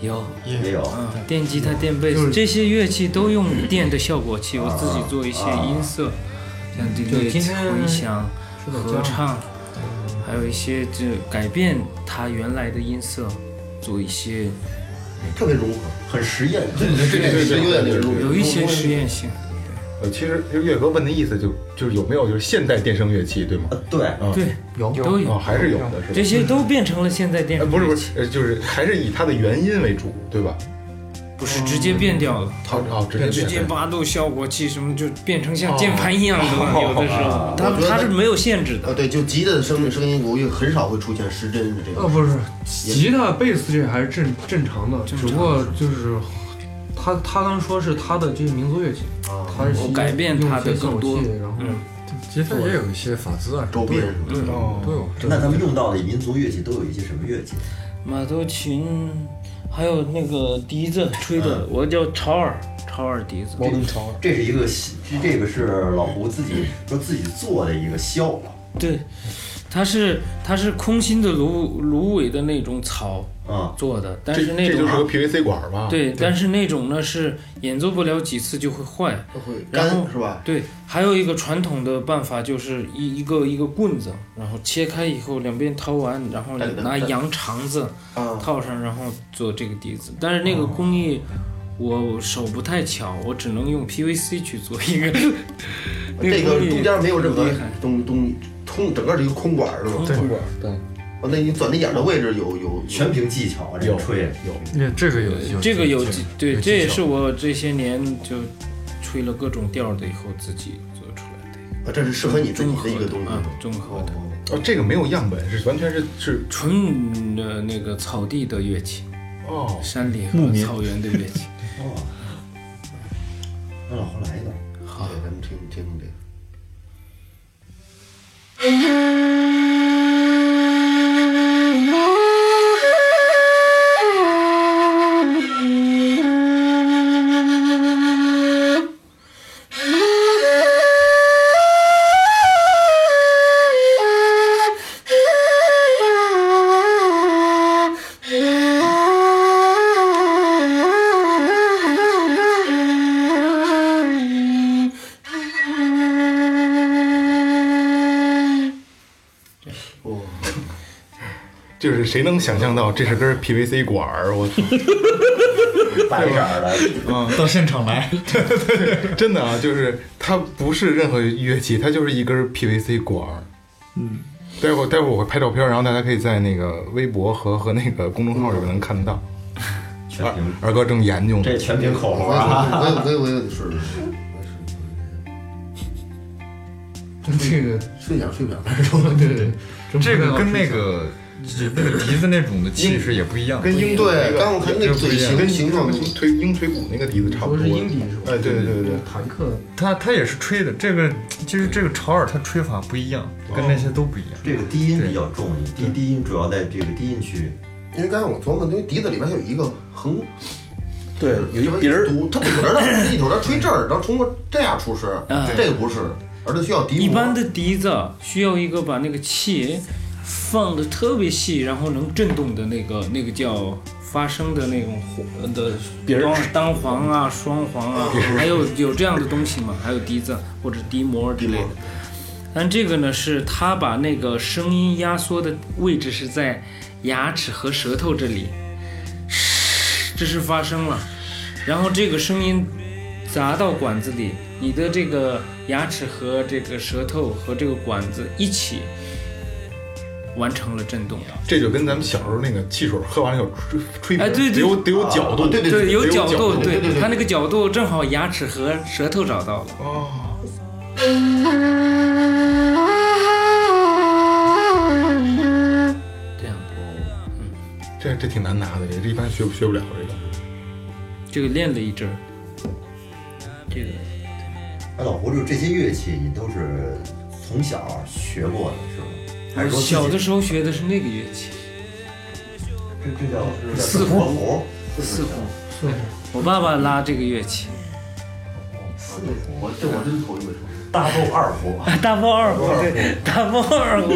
Speaker 7: 有。
Speaker 9: 也有，
Speaker 7: 啊，电吉他、电贝斯这些乐器都用电的效果器，我自己做一些音色，像
Speaker 10: 就
Speaker 7: delay
Speaker 10: 今天
Speaker 7: 回响、
Speaker 10: 是的
Speaker 7: 合唱，还有一些这改变它原来的音色，做一些
Speaker 4: 特别融合，
Speaker 9: 很实验。
Speaker 4: 对对对对对，有点那个融合。
Speaker 7: 有一些实验性。
Speaker 3: 呃，其实其实岳哥问的意思就就是有没有就是现代电声乐器，对吗？
Speaker 9: 呃，对，
Speaker 7: 对，
Speaker 10: 有
Speaker 7: 都
Speaker 3: 哦，
Speaker 7: 有，
Speaker 3: 还是有的，是吧？
Speaker 7: 这些都变成了现在电
Speaker 3: 呃，
Speaker 7: 声
Speaker 3: 不是
Speaker 7: 乐
Speaker 3: 不
Speaker 7: 器，
Speaker 3: 是，呃，就是还是以它的原因为主，对吧？
Speaker 7: 不是直接变掉了。
Speaker 3: 它哦，直接
Speaker 7: 直接
Speaker 3: 变哦
Speaker 7: 八度效果器什么就变成像键盘一样的了，有的时候它
Speaker 4: 我觉得
Speaker 7: 它是没有限制的
Speaker 4: 啊，。对，就吉他的声声音，我也很少会出现失真的这
Speaker 10: 呃，
Speaker 8: 哦
Speaker 4: 种。
Speaker 10: 不是，吉他、贝斯这还是正正常的，
Speaker 7: 正
Speaker 10: 只不过就是他他刚说是他的这些民族乐器，
Speaker 11: 啊
Speaker 10: 他是
Speaker 7: 我改变
Speaker 10: 用
Speaker 7: 它
Speaker 10: 一些
Speaker 7: 的更
Speaker 10: 效果
Speaker 7: 多
Speaker 10: 器，然后
Speaker 7: 嗯
Speaker 8: 吉他也有一些法兹啊，
Speaker 4: 周边
Speaker 7: 对
Speaker 3: 哦
Speaker 8: 都有。
Speaker 9: 那咱们用到的民族乐器都有一些什么乐器？
Speaker 7: 马头琴，还有那个笛子吹
Speaker 3: 嗯
Speaker 7: 的，我叫潮耳，潮耳笛子。
Speaker 9: 这是一个西，这这个是老胡自己说自己做的一个箫，
Speaker 7: 对，它是它是空心的芦芦苇的那种草
Speaker 9: 啊，
Speaker 7: 做的，但
Speaker 3: 这
Speaker 7: 是那
Speaker 3: 这就是个啊
Speaker 7: 种啊
Speaker 3: PVC 管儿吧？，
Speaker 7: 对，但是那种呢是演奏不了几次就会坏。
Speaker 3: 哦
Speaker 4: 会
Speaker 7: 然
Speaker 4: 干
Speaker 7: 后
Speaker 4: 是吧？
Speaker 7: 对，还有一个传统的办法就是一一个一个棍子，然后切开以后两边掏完，然后
Speaker 4: 哎对
Speaker 7: 拿
Speaker 4: 对
Speaker 7: 羊肠子
Speaker 4: 啊，。
Speaker 7: 套上，然后做这个笛子。但是那个工艺我手不太巧，我只能用 PVC <laughs> 去做一个
Speaker 4: 这个中间没有任何东东通，整个是一个空管是吧？
Speaker 7: 对空
Speaker 4: 管
Speaker 5: 对。
Speaker 4: 哦，那你转那眼的位置有有
Speaker 9: 全凭技巧，
Speaker 4: 这个
Speaker 9: 吹
Speaker 8: 那这个有
Speaker 7: 这个有
Speaker 8: 技
Speaker 7: 对，
Speaker 8: 有
Speaker 7: 这也
Speaker 8: 技巧
Speaker 7: 是我这些年就吹了各种调儿的以后自己做出来的。
Speaker 4: 啊，这是适合你自己的一个东西
Speaker 7: 啊，综合的。
Speaker 3: 哦，这个没有样本，是完全是是
Speaker 7: 纯的那个草地的乐器。
Speaker 3: 哦，
Speaker 7: 山里
Speaker 3: 牧
Speaker 7: 和
Speaker 3: 民
Speaker 7: 草原的乐
Speaker 4: <laughs>
Speaker 7: 器。
Speaker 9: 哦，那老胡来一段。
Speaker 7: 好，
Speaker 4: 哦咱们听听听这个。
Speaker 3: 就是谁能想象到这是根 PVC 管儿？
Speaker 8: <laughs>
Speaker 3: 我操，
Speaker 9: 白色儿的，
Speaker 3: 嗯，
Speaker 8: 到现场来，
Speaker 3: 对对对， <laughs> 真的啊，就是它不是任何乐器，它就是一根 PVC 管儿。
Speaker 8: 嗯，
Speaker 3: 待会儿待会儿我会拍照片，然后大家可以在那个微博和和那个公众号里面能看得到。二二哥正研究呢，
Speaker 9: 这全凭口
Speaker 4: 我
Speaker 9: 红啊！
Speaker 4: 我我我我是，
Speaker 8: 这个
Speaker 4: 睡想睡不了，
Speaker 8: 对对，这
Speaker 4: 不
Speaker 8: 个
Speaker 4: 要
Speaker 8: 跟
Speaker 4: 睡觉
Speaker 8: 那个那个笛子那种的气势也不一样，
Speaker 3: 跟鹰
Speaker 4: 对刚我看那个嘴型
Speaker 3: 跟
Speaker 4: 形状
Speaker 3: 跟推鹰腿骨那个笛子差不多。
Speaker 8: 说是鹰笛是吧
Speaker 3: 哎，对对对对，
Speaker 8: 坦克，它它也是吹的，这个其实这个潮尔它吹法不一样，跟
Speaker 10: 哦
Speaker 8: 那些都不一样。
Speaker 9: 这个低音比较重，低低音主要在这个低音区。
Speaker 4: 因为刚才我琢磨，因为笛子里边有一个横，
Speaker 5: 对，有一
Speaker 4: 鼻儿，它不儿的，一头它吹这儿，然后通过这样出声
Speaker 7: 嗯，
Speaker 4: 这个不是，而是需要笛
Speaker 7: 一
Speaker 4: 膜
Speaker 7: 般的笛子啊需要一个把那个气放的特别细，然后能震动的那个那个叫发声的那种火呃的
Speaker 5: 别人
Speaker 7: 双单簧啊、双簧啊，还有有这样的东西吗？还有笛子或者笛膜之类的。但这个呢，是它把那个声音压缩的位置是在牙齿和舌头这里，这是发声了。然后这个声音砸到管子里，你的这个牙齿和这个舌头和这个管子一起完成了震动。
Speaker 3: 这就跟咱们小时候那个汽水喝完了有吹吹瓶
Speaker 7: 哎，
Speaker 3: 儿，
Speaker 7: 对对，
Speaker 3: 得有得有角度，
Speaker 7: 对
Speaker 3: 得
Speaker 7: 有角
Speaker 3: 度，
Speaker 7: 对它那个角度正好牙齿和舌头找到了。
Speaker 3: 哦，这这挺难拿的，这一般学学不了这个。
Speaker 7: 这个练了一阵儿，这个
Speaker 9: 哎那老胡就这些乐器，你都是从小学过的是吗？还是说自己
Speaker 7: 小的时候学的是那个乐器，
Speaker 9: 这这叫这叫
Speaker 7: 四
Speaker 9: 火
Speaker 7: 胡，
Speaker 9: 猴，
Speaker 7: 四胡，我爸爸拉这个乐器， <laughs>
Speaker 4: 我这我真头一回说。
Speaker 9: 大豆二胡，
Speaker 7: 大包二胡，对，大包二胡。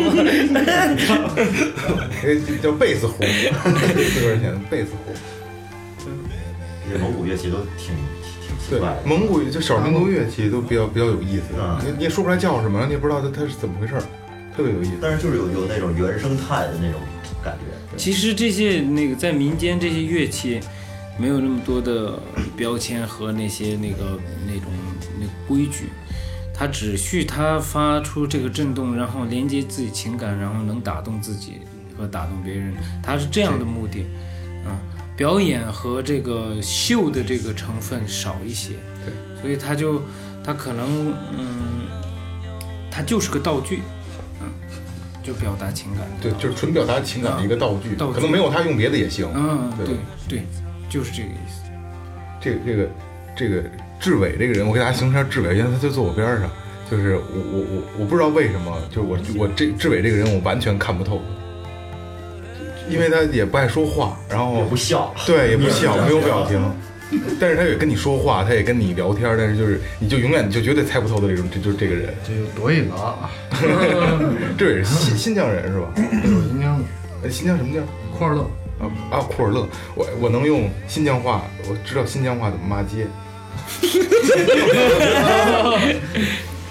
Speaker 3: 这叫贝斯胡，四个人写的贝斯胡。
Speaker 9: 这蒙古乐器都挺挺奇
Speaker 3: 对
Speaker 9: 怪，的。
Speaker 3: 蒙古就少数民族乐器都比较比较有意思，啊你你也说不出来叫什么，你也不知道它它是怎么回事儿，特别有意思。
Speaker 9: 但是就是有有那种原生态的那种感觉。
Speaker 7: 其实这些那个在民间这些乐器，没有那么多的标签和那些那个那种那个规矩，它只需它发出这个震动，然后连接自己情感，然后能打动自己和打动别人，它是这样的目的。啊，表演和这个秀的这个成分少一些，对，所以它就它可能嗯，它就是个道具，嗯，就表达情感。
Speaker 3: 对，就是纯表达情感的一个道具，
Speaker 7: 道具
Speaker 3: 可能没有它用别的也行。
Speaker 7: 嗯，
Speaker 3: 对
Speaker 7: 对
Speaker 3: 吧
Speaker 7: 对，就是这个意思。
Speaker 3: 这个这个这个志伟这个人，我给大家形容一下志伟，因为他就坐我边儿上，就是我我我我不知道为什么，就是我我这志伟这个人我完全看不透，因为他也不爱说话，然后
Speaker 9: 不笑，
Speaker 3: <laughs> 对，也不笑，
Speaker 9: 也
Speaker 3: 没
Speaker 9: 不
Speaker 3: 有
Speaker 9: 笑
Speaker 3: 表情。但是他也跟你说话，他也跟你聊天，但是就是你就永远你就绝对猜不透的这种，这就是这个人。
Speaker 8: 这有多一
Speaker 3: <laughs>
Speaker 8: 拿，
Speaker 3: 这也是新新疆人是吧？
Speaker 8: 新疆
Speaker 3: 哎，新疆什么地儿？
Speaker 8: 库尔勒
Speaker 3: 啊啊，库尔勒。我我能用新疆话，我知道新疆话怎么骂街。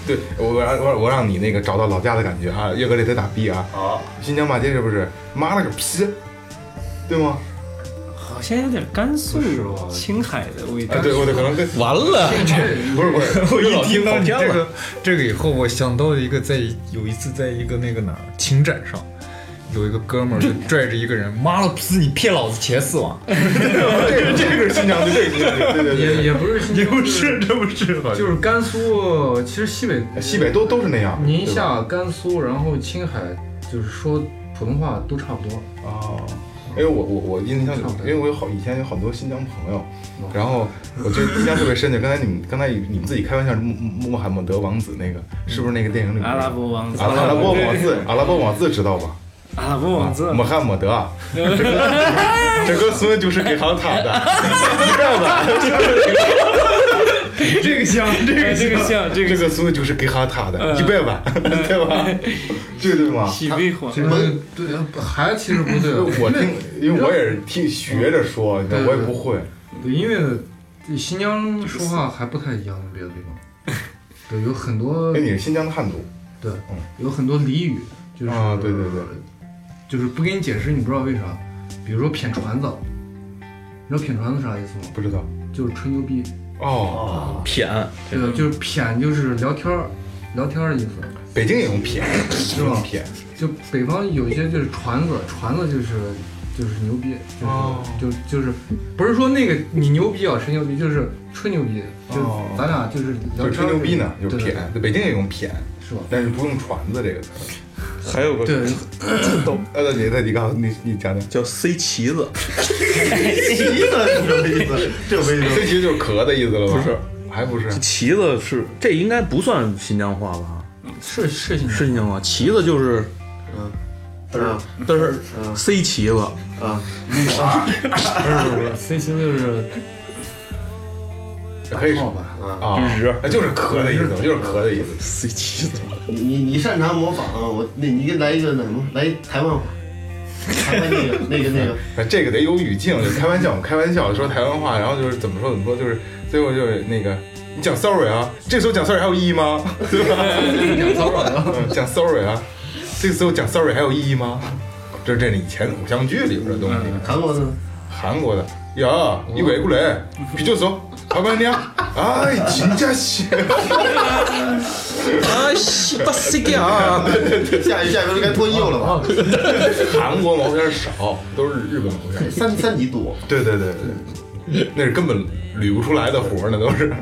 Speaker 3: 对，我让我我让你那个找到老家的感觉啊，岳哥这得打 B 啊。
Speaker 9: 好，
Speaker 3: 新疆骂街是不是？妈了个批，对吗？
Speaker 7: 好像有点甘肃、青海的味道。
Speaker 3: 啊对我得可能跟
Speaker 5: 完了
Speaker 3: 这不是不是
Speaker 11: 我一听到你
Speaker 3: 跑
Speaker 11: 这
Speaker 3: 偏了
Speaker 11: 个这个以后，我想到一个在有一次在一个那个哪儿情展上，有一个哥 <laughs> 们儿就拽着一个人，妈了逼你骗老子钱四万，
Speaker 3: 啊这个这个是新疆的，这个是新疆的对对对对，
Speaker 8: 也也不是新疆
Speaker 11: 也不是，这不是，好像
Speaker 8: 就是甘肃，其实西北
Speaker 3: 西北都都是那样。
Speaker 8: 宁
Speaker 3: 对吧
Speaker 8: 夏、甘肃，然后青海，就是说普通话都差不多。
Speaker 3: 哦，因为我我我印象，因为我有好以前有很多新疆朋友，然后我就印象特别深就刚才你们刚才你们自己开玩笑，穆穆穆罕默德王子那个是不是那个电影里面的
Speaker 7: 阿拉伯王子
Speaker 3: 阿拉阿拉伯王子，阿拉伯王子知道吧？
Speaker 7: 阿拉伯王子，
Speaker 3: 穆罕默德啊，这
Speaker 7: <laughs>
Speaker 3: 个这个孙就是给行他的，你看吧，
Speaker 7: 这个像，这个哎这个像，这
Speaker 3: 这
Speaker 7: 个
Speaker 3: 个孙就是给行他的，一百万，对吧？对对吗？，
Speaker 7: 西北话。
Speaker 8: 这个呃对，还其实不对
Speaker 3: <laughs> 我听，因为我也是听学着说，你知道我也不会。
Speaker 8: 对，因为新疆说话还不太一样，别的地方，对，有很多
Speaker 3: 哎，你是新疆的汉族
Speaker 8: 对，有很多俚语，就是、
Speaker 3: 啊？对对对，
Speaker 8: 就是不给你解释，你不知道为啥。比如说谝传子，你知道谝传子啥意思吗？
Speaker 3: 不知道
Speaker 8: 就是吹牛逼，
Speaker 9: 啊，
Speaker 3: 哦。
Speaker 5: 谝，
Speaker 8: 对，就是谝，就是聊天儿，聊天儿的意思。
Speaker 3: 北京也用撇，
Speaker 8: 吧
Speaker 3: 也用撇，
Speaker 8: 就北方有一些就是传子，传子就是就是牛逼，就是、
Speaker 3: 哦
Speaker 8: 就就是不是说那个你牛逼啊，谁牛逼，就是吹牛逼，就
Speaker 3: 哦
Speaker 8: 咱俩就是
Speaker 3: 就
Speaker 8: 聊
Speaker 3: 是
Speaker 8: 天
Speaker 3: 吹牛逼呢，就是
Speaker 8: 对
Speaker 3: 撇
Speaker 8: 对。
Speaker 3: 对，北京也用撇，
Speaker 8: 是吧？
Speaker 3: 但是不用“传子”这个词儿。
Speaker 5: 还有个
Speaker 8: 对，
Speaker 3: <laughs> 呃，那你那你刚你你讲讲，
Speaker 5: 叫塞旗子，
Speaker 9: 意思是什么意思？这没
Speaker 3: 这其实就是“壳”的意思了吧？
Speaker 5: 不是，
Speaker 3: 还不是
Speaker 5: 这旗子是这应该不算新疆话吧？
Speaker 8: 是是
Speaker 5: 是新疆话，旗子就是
Speaker 9: 嘚儿
Speaker 5: 嘚儿塞旗子，
Speaker 9: 啊，
Speaker 8: C 型就是
Speaker 3: 可以
Speaker 8: 好
Speaker 3: 说
Speaker 8: 吧？
Speaker 3: 啊，哎就是“壳”的意思，就是“壳”的意思。
Speaker 5: 塞旗子，
Speaker 4: 你你你擅长模仿啊，我那你给来一个那什么，来一台湾话，台湾那个那个那个，
Speaker 3: 哎这个得有语境，就开玩笑，我们开玩笑说台湾话，然后就是怎么说怎么说，就是最后就是那个你讲 sorry 啊，这时候讲 sorry 还有意义吗？对吧？嗯讲 sorry 啊，这个时候讲 sorry 还有意义吗？这是这是以前偶像剧里边的东西。
Speaker 4: 韩国的
Speaker 3: 韩国的呀，你外国人，比就 <laughs> 说老板娘，嗯哎，真假是，
Speaker 5: 啊西巴塞给
Speaker 3: <laughs>
Speaker 5: 啊，
Speaker 4: 下一下一回该脱衣服了吧？
Speaker 3: 韩国毛片少，都是日本毛片。
Speaker 4: 三三级多，
Speaker 3: 对对对对对，那是根本捋不出来的活儿，那都是。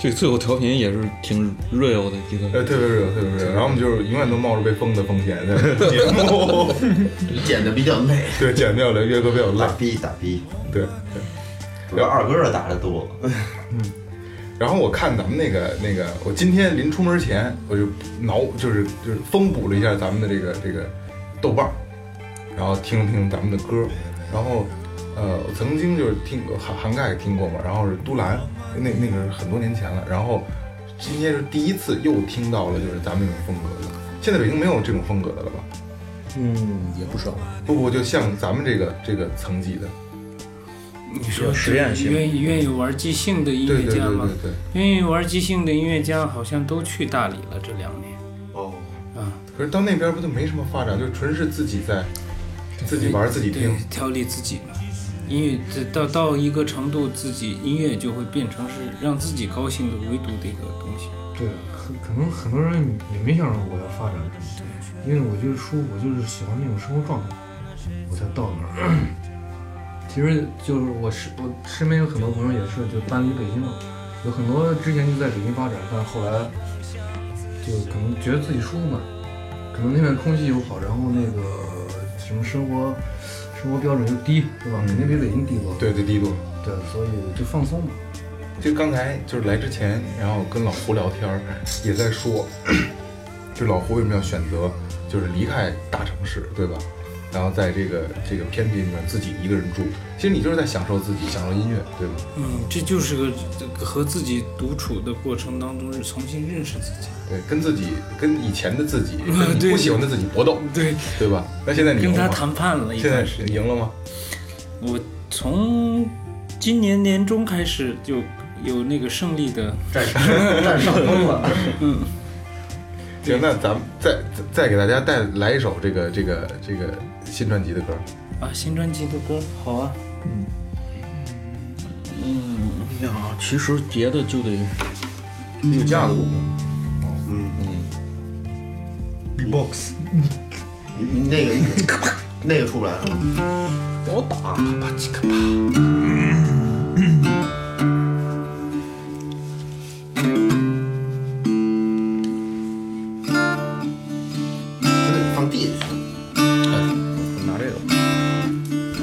Speaker 5: 这最后调频也是挺 real 的一个
Speaker 3: 呃，特别热，特别热。然后我们就是永远都冒着被封的风险在节目， <laughs>
Speaker 4: 剪的比较累。
Speaker 3: 对，剪掉了，岳哥比较累
Speaker 9: 打，逼打逼，
Speaker 3: 对。
Speaker 9: 主要二哥这打的多，
Speaker 3: 然后我看咱们那个那个，我今天临出门前我就挠，就是就是封补了一下咱们的这个这个豆瓣儿，然后听了听咱们的歌儿，然后呃，我曾经就是听过涵涵盖也听过嘛，然后是都兰，那那个是很多年前了，然后今天是第一次又听到了就是咱们这种风格的，现在北京没有这种风格的了吧？
Speaker 5: 嗯也不少，
Speaker 3: 不不，就像咱们这个这个层级的，
Speaker 7: 你说
Speaker 5: 有实验
Speaker 7: 是
Speaker 5: 性
Speaker 7: 愿意愿意玩即兴的音
Speaker 3: 对
Speaker 7: 乐
Speaker 3: 对对
Speaker 7: 家
Speaker 3: 对
Speaker 7: 吗？
Speaker 3: 对，
Speaker 7: 愿意玩即兴的音乐家好像都去大理了，这两年。啊
Speaker 9: 哦，
Speaker 3: 可是到那边不就没什么发展，就纯是自己在自己玩自己
Speaker 7: 对
Speaker 3: 听。，
Speaker 7: 调理自己嘛。音乐这到到一个程度，自己音乐就会变成是让自己高兴的唯独的一个东西。
Speaker 8: 对，可可能很多人也没想着我要发展什么，因为我就是舒服，我就是喜欢那种生活状态，我才到那儿。其实就是我是我身边有很多朋友也是就搬离北京了，有很多之前就在北京发展，但是后来就可能觉得自己舒服嘛，可能那边空气又好，然后那个什么生活生活标准又低，对吧？肯定比北京低多。
Speaker 3: 对对，低度。
Speaker 8: 对，所以就放松嘛。
Speaker 3: 就刚才就是来之前，然后跟老胡聊天儿，也在说，就老胡为什么要选择就是离开大城市，对吧？然后在这个这个偏僻里面自己一个人住，其实你就是在享受自己，享受音乐，对吧？
Speaker 7: 嗯，这就是个这个和自己独处的过程当中，是重新认识自己。
Speaker 3: 对，跟自己跟以前的自己，
Speaker 7: 啊
Speaker 3: 跟你
Speaker 7: <laughs> 对
Speaker 3: 不喜欢的自己搏斗，
Speaker 7: 对，
Speaker 3: 对吧？那现在你赢
Speaker 7: 跟
Speaker 3: 了
Speaker 7: 他
Speaker 3: 吗？
Speaker 7: 谈判了一
Speaker 3: 现在
Speaker 7: 段时间。
Speaker 3: 赢了吗？
Speaker 7: 我从今年年中开始就有那个胜利的，
Speaker 4: 占上风了，
Speaker 3: 行，那咱们再再给大家带来一首这个这个这个新专辑的歌。
Speaker 7: 啊，新专辑的歌好啊，
Speaker 12: 嗯呀，其实别的就得
Speaker 4: 有
Speaker 12: 架子鼓，
Speaker 4: 嗯
Speaker 12: 嗯
Speaker 4: ，B-box，那个那个出不来是吧？
Speaker 12: 我打，吧唧吧。
Speaker 4: 放地下去。
Speaker 12: 我拿这个。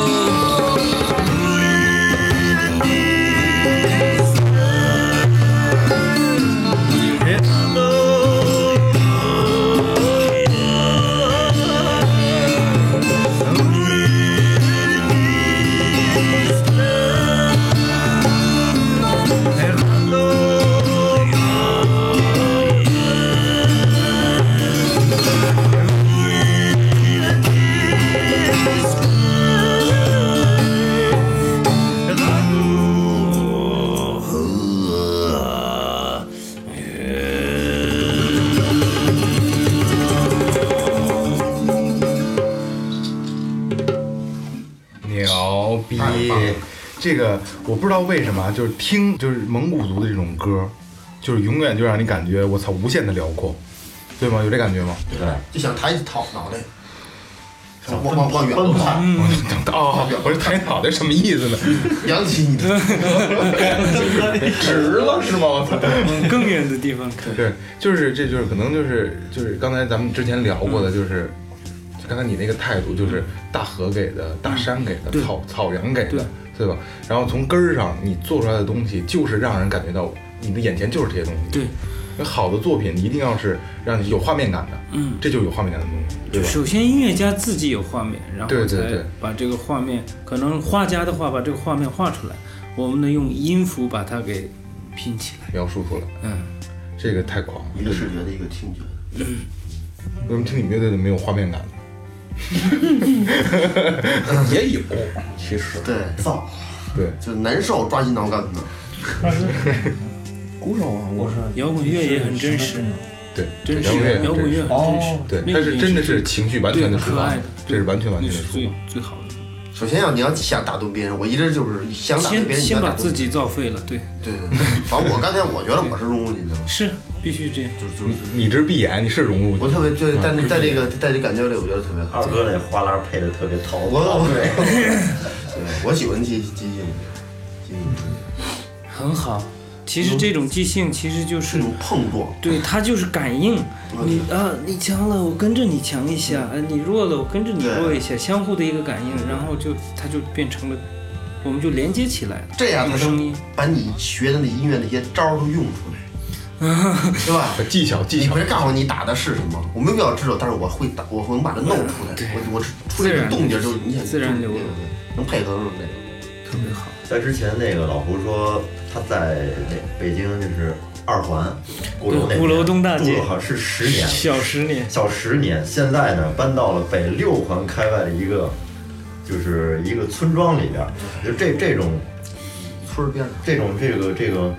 Speaker 7: Oh
Speaker 3: 你这个我不知道为什么啊，就是听就是蒙古族的这种歌，就是永远就让你感觉我操无限的辽阔，对吗？有这感觉吗？
Speaker 9: 对，
Speaker 4: 就想抬起头脑袋，想往往往远了看，
Speaker 3: <laughs> 哦，我说抬脑袋什么意思呢？ <laughs>
Speaker 4: 扬起你的，
Speaker 3: 直了是吗？我操！
Speaker 7: 更远的地方看。
Speaker 3: 对，就是这就是可能就是就是刚才咱们之前聊过的，就是、就刚才你那个态度，就是大河给的，大山给的，草草原给的，对吧？然后从根儿上你做出来的东西，就是让人感觉到你的眼前就是这些东西。
Speaker 7: 对，
Speaker 3: 好的作品一定要是让你有画面感的，
Speaker 7: 嗯，
Speaker 3: 这就是有画面感的东西，对
Speaker 7: 就
Speaker 3: 吧？
Speaker 7: 首先音乐家自己有画面，然
Speaker 3: 对
Speaker 7: 后
Speaker 3: 对
Speaker 7: 才
Speaker 3: 对
Speaker 7: 把这个画面，可能画家的话把这个画面画出来，我们呢用音符把它给拼起来。
Speaker 3: 描述出来，
Speaker 7: 嗯，
Speaker 3: 这个太狂了。
Speaker 4: 一个视觉的一个听觉。
Speaker 3: 为什么听你们乐队的没有画面感？
Speaker 5: 也有，其实
Speaker 4: 对，造，
Speaker 3: 对，
Speaker 4: 就难受，抓心挠肝的。
Speaker 5: 鼓手啊，我是
Speaker 7: 摇滚乐也很真实，
Speaker 3: <laughs> 对，
Speaker 7: 真
Speaker 3: 摇滚乐
Speaker 7: 实，摇滚乐很真实，
Speaker 3: 哦对，但
Speaker 7: 那个
Speaker 3: 是
Speaker 7: 也
Speaker 3: 真的是情绪完全的
Speaker 7: 对
Speaker 3: 抒
Speaker 7: 可
Speaker 3: 发
Speaker 7: 爱的，
Speaker 3: 这是完全完
Speaker 7: 那
Speaker 3: 全的
Speaker 7: 是
Speaker 3: 抒
Speaker 7: 最
Speaker 3: 发。
Speaker 7: 最好的。
Speaker 4: 首先要你要想打动别人，我一直就是想打动别
Speaker 7: 先
Speaker 4: 人，你
Speaker 7: 先
Speaker 4: 要
Speaker 7: 把
Speaker 4: 打动
Speaker 7: 自己造废了，对，
Speaker 4: 对对对，反正我刚才我觉得我是融入进去了，
Speaker 7: 是必须这样。
Speaker 3: 你你这是闭眼，你是融入
Speaker 4: 我特别对，在在这个在这感觉里，我觉得特别好
Speaker 9: 二。哥那花篮配的特别讨
Speaker 4: 我 <laughs>
Speaker 9: 我对，
Speaker 4: 对，我喜欢激激进，激进
Speaker 7: 很好。其实这种即兴其实就是
Speaker 4: 这种碰撞，
Speaker 7: 对，它就是感应。你啊，你强了，我跟着你强一下；啊，你弱了，我跟着你弱一下，相互的一个感应，然后就它就变成了，我们就连接起来了。
Speaker 4: 这样
Speaker 7: 有
Speaker 4: 才
Speaker 7: 声
Speaker 4: 能
Speaker 7: 音，
Speaker 4: 把你学的那音乐那些招儿都用出来，对吧？ <laughs>
Speaker 3: 技巧技
Speaker 4: 你
Speaker 3: 巧
Speaker 4: 不，是告诉我你打的是什么，我没必要知道，但是我会打，我会能把它弄出来。我我出来
Speaker 7: 自
Speaker 4: 这
Speaker 7: 然
Speaker 4: 动静就是你想
Speaker 7: 自然流露
Speaker 4: 对对对能配合上这个。
Speaker 7: 特别好。
Speaker 9: 在之前那个老胡说他在那北京就是二环鼓楼那边
Speaker 7: 鼓楼东大街
Speaker 1: <laughs>
Speaker 9: 住了好像是十
Speaker 1: 啊
Speaker 9: 年，
Speaker 7: 小十年，
Speaker 9: 小十年，现在呢搬到了北六环开外的一个，就是一个村庄里边儿，就这这种
Speaker 4: 村儿边上，
Speaker 9: 这种这个这个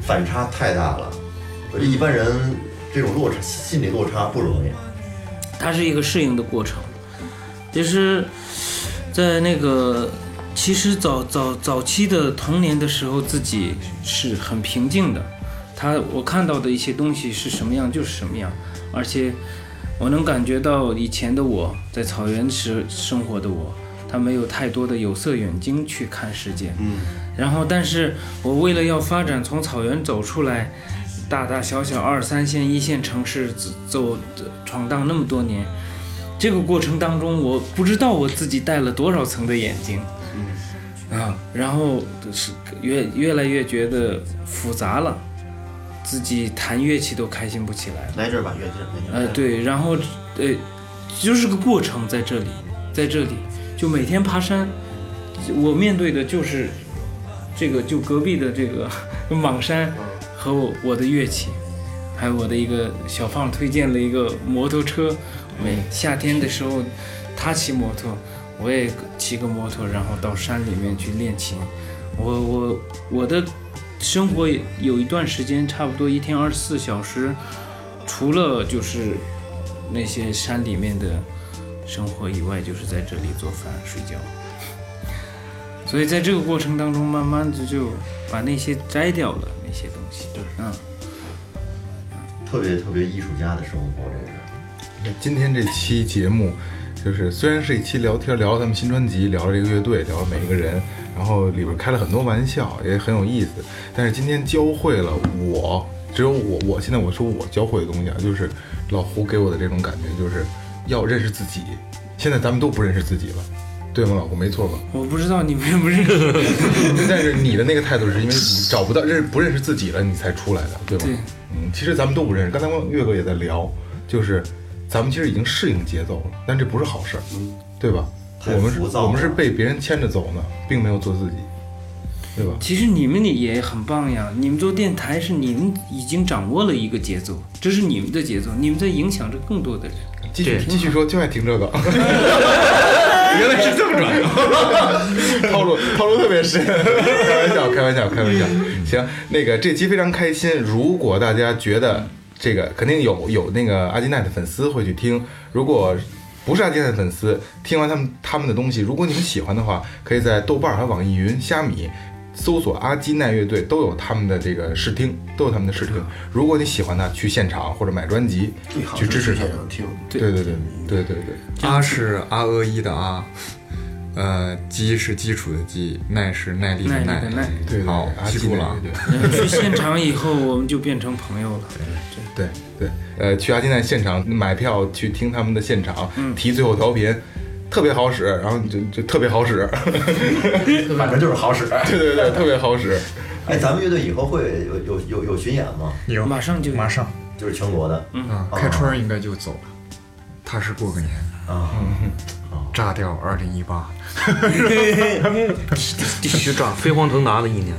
Speaker 9: 反差太大了，我觉得一般人这种落差心理落差不容易。
Speaker 7: 它是一个适应的过程。其实，在那个其实早早早期的童年的时候，自己是很平静的。他我看到的一些东西是什么样就是什么样，而且我能感觉到以前的我在草原时生活的我，他没有太多的有色眼睛去看世界。
Speaker 4: 嗯，
Speaker 7: 然后，但是我为了要发展从草原走出来，大大小小二三线、一线城市走走闯荡那么多年，这个过程当中，我不知道我自己戴了多少层的眼镜，嗯，啊，然后是越越来越觉得复杂了，自己弹乐器都开心不起来了。
Speaker 4: 来这儿吧，远近来这儿
Speaker 7: 呃，，对，然后呃，就是个过程，在这里，在这里，就每天爬山，我面对的就是这个，就隔壁的这个 <laughs> 莽山和我我的乐器，还有我的一个小胖推荐了一个摩托车，每夏天的时候他骑摩托，我也骑个摩托，然后到山里面去练琴。我我我的生活有一段时间，差不多一天二十四小时，除了就是那些山里面的生活以外，就是在这里做饭、睡觉。所以在这个过程当中，慢慢的就把那些摘掉了那些东西。对，嗯，
Speaker 9: 特别特别艺术家的生活，这是。
Speaker 3: 今天这期节目，就是虽然是一期聊天，聊了他们新专辑，聊了这个乐队，聊了每一个人，然后里边开了很多玩笑，也很有意思。但是今天教会了我，只有我，我现在我说我教会的东西啊，就是老胡给我的这种感觉，就是要认识自己。现在咱们都不认识自己了，对吗，老胡？没错吧？
Speaker 7: 我不知道你们认不认识。 <laughs>
Speaker 3: <laughs> 但是你的那个态度是因为你找不到认识不认识自己了，你才出来的，对吧？
Speaker 7: 对
Speaker 3: 嗯，其实咱们都不认识。刚才我跟岳哥也在聊，就是咱们其实已经适应节奏了，但这不是好事儿，对吧？
Speaker 9: 太
Speaker 3: 我们是
Speaker 9: 浮躁了
Speaker 3: 我们是被别人牵着走呢，并没有做自己，对吧？
Speaker 7: 其实你们也很棒呀，你们做电台是你们已经掌握了一个节奏，这是你们的节奏，你们在影响着更多
Speaker 8: <laughs>
Speaker 7: 的人。
Speaker 3: 继续继续说，就爱听这个。原来是这么转的， <laughs> 套路套路特别深。开玩笑，开玩笑，开玩笑。行，那个这期非常开心。如果大家觉得这个肯定有有那个阿基奈的粉丝会去听，如果。不是阿基泰的粉丝，听完他们他们的东西，如果你们喜欢的话，可以在豆瓣儿还有网易云、虾米搜索阿基奈乐队，都有他们的这个试听，都有他们的试听。如果你喜欢呢，去现场或者买专辑
Speaker 4: 最好
Speaker 3: 去支持
Speaker 4: 是去
Speaker 3: 他们
Speaker 4: 现场听。
Speaker 3: 对对对对对对对。
Speaker 8: 阿是阿阿一的阿，呃，基是基础的基，耐是耐力的
Speaker 7: 耐力的耐对对
Speaker 8: 好
Speaker 3: 对，阿
Speaker 8: 记
Speaker 3: 基
Speaker 8: 住
Speaker 3: 耐
Speaker 8: 了
Speaker 3: 对。
Speaker 7: 去现场以后，我们就变成朋友了。
Speaker 3: 对对，呃，去阿金奈现场买票去听他们的现场，提最后调频，特别好使，然后你就就特别好使，
Speaker 9: 反正就是好
Speaker 4: <laughs>
Speaker 9: 使。
Speaker 3: 对对对，特别好使。
Speaker 9: 哎，咱们乐队以后会有有有有巡演吗？
Speaker 8: 有，
Speaker 7: 马上就
Speaker 8: 马上，
Speaker 9: 就是全国的。
Speaker 7: 嗯
Speaker 4: 哦
Speaker 8: 啊，开春儿应该就走了，踏实过个年
Speaker 4: 哦
Speaker 8: 嗯
Speaker 9: 啊，
Speaker 8: 炸掉二零一八。
Speaker 13: 学长飞黄腾达的一年，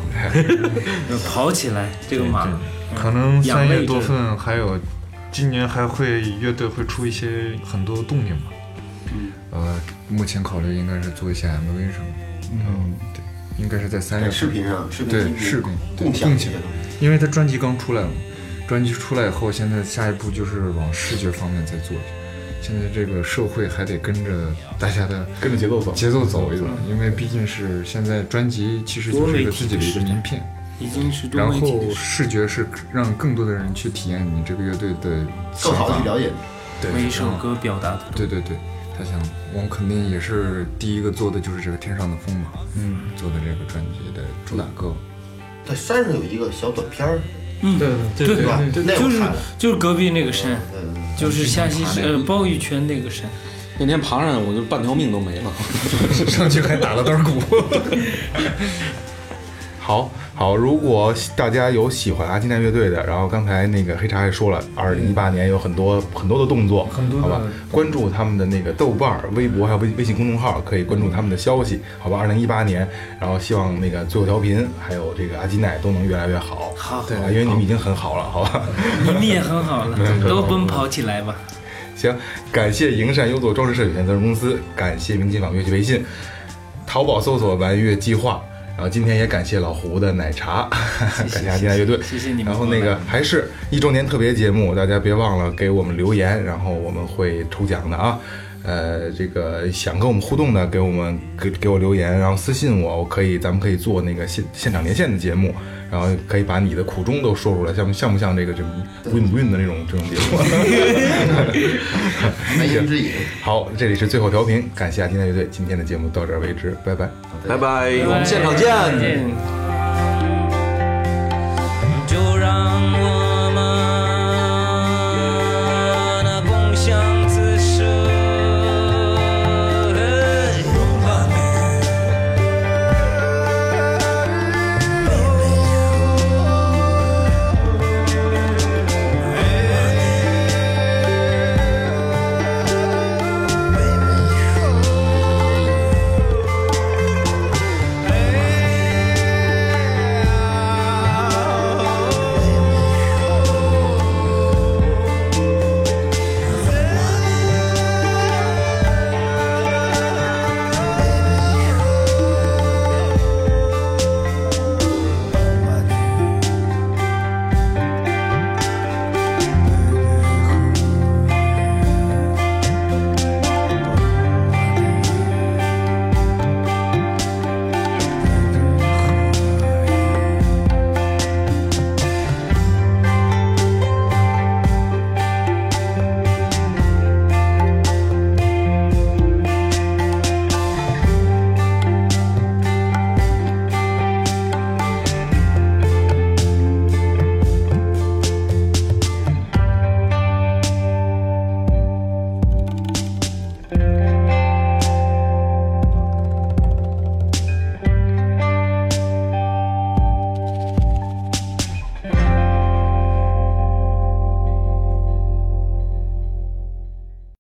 Speaker 7: 跑起来，这个马
Speaker 8: 可能
Speaker 7: 养
Speaker 8: 三
Speaker 7: 了
Speaker 8: 月
Speaker 7: 一
Speaker 8: 多
Speaker 7: 阵
Speaker 8: 份还有，今年还会乐队会出一些很多动静吧。嗯，呃，目前考虑应该是做一些 MV 什么的。嗯，对，应该是在三月份
Speaker 4: 在视频上视频
Speaker 8: 对
Speaker 4: 视频
Speaker 8: 视频
Speaker 4: 共享
Speaker 8: 共
Speaker 4: 这
Speaker 8: 享
Speaker 4: 些东，
Speaker 8: 因为他专辑刚出来嘛，专辑出来以后，现在下一步就是往视觉方面再做去。现在这个社会还得跟着大家的
Speaker 3: 跟着节奏走
Speaker 8: 节奏走一走，因为毕竟是现在专辑其实就是一个自己的一个名片，
Speaker 7: 已经是多
Speaker 8: 然
Speaker 7: 媒体
Speaker 8: 后
Speaker 7: 的时
Speaker 8: 视觉是让更多的人去体验你这个乐队的想
Speaker 7: 更好
Speaker 8: 法，
Speaker 7: 地去了解
Speaker 8: 对
Speaker 7: 每一首
Speaker 8: 然后
Speaker 7: 歌表达的
Speaker 8: 对对对，他想我们肯定也是第一个做的就是这个《天上的风》嘛，
Speaker 3: 嗯，
Speaker 8: 做的这个专辑的主打歌，
Speaker 4: 在山上有一个小短片儿，
Speaker 7: 嗯，
Speaker 4: 对
Speaker 7: 对
Speaker 4: 对吧？那
Speaker 7: 就
Speaker 4: 我
Speaker 7: 是
Speaker 4: 看了
Speaker 7: 就是隔壁那个山，
Speaker 4: 呃
Speaker 8: <laughs>
Speaker 7: 就是下西
Speaker 5: 爬那
Speaker 7: 呃鲍鱼圈那个山，
Speaker 5: 那天爬上我就半条命都没了，
Speaker 8: 上去还打了段鼓。
Speaker 3: 好好，如果大家有喜欢阿金奈乐队的，然后刚才那个黑茶也说了，二零一八年有很多很多的动作，很
Speaker 10: 多的
Speaker 3: 好吧，关注他们的那个豆瓣儿、微博还有微微信公众号，可以关注他们的消息，好吧？二零一八年，然后希望那个最后调频还有这个阿金奈都能越来越好，
Speaker 7: 好
Speaker 3: 对吧，因为你们已经很好了，好吧？
Speaker 7: 你们也很好了
Speaker 3: 没有没，有
Speaker 7: 都奔跑起来吧。
Speaker 3: 行，感谢营善优作装饰设计有限责任公司，感谢明琴坊乐器培训，淘宝搜索“玩乐计划”。然后今天也感谢老胡的奶茶，感谢阿迪亚乐队，
Speaker 7: 谢谢你们
Speaker 3: 然后那个还是一周年特别节目，大家别忘了给我们留言，然后我们会抽奖的啊。呃，这个想跟我们互动的，给我们给给我留言，然后私信我，我可以，咱们可以做那个现现场连线的节目，然后可以把你的苦衷都说出来，像不像不像这个这种 win 不 win 的那种这种节目？
Speaker 4: 难言之隐。
Speaker 3: 好，这里是最后调频，感谢阿金奈乐队，今天的节目到这儿为止，拜拜，
Speaker 5: 拜拜，
Speaker 3: 我
Speaker 5: 我
Speaker 3: 们
Speaker 7: 哎
Speaker 5: 们
Speaker 3: 现
Speaker 5: 现
Speaker 3: 场
Speaker 5: 场
Speaker 3: 见
Speaker 5: 见。
Speaker 3: 再见
Speaker 13: 就让我。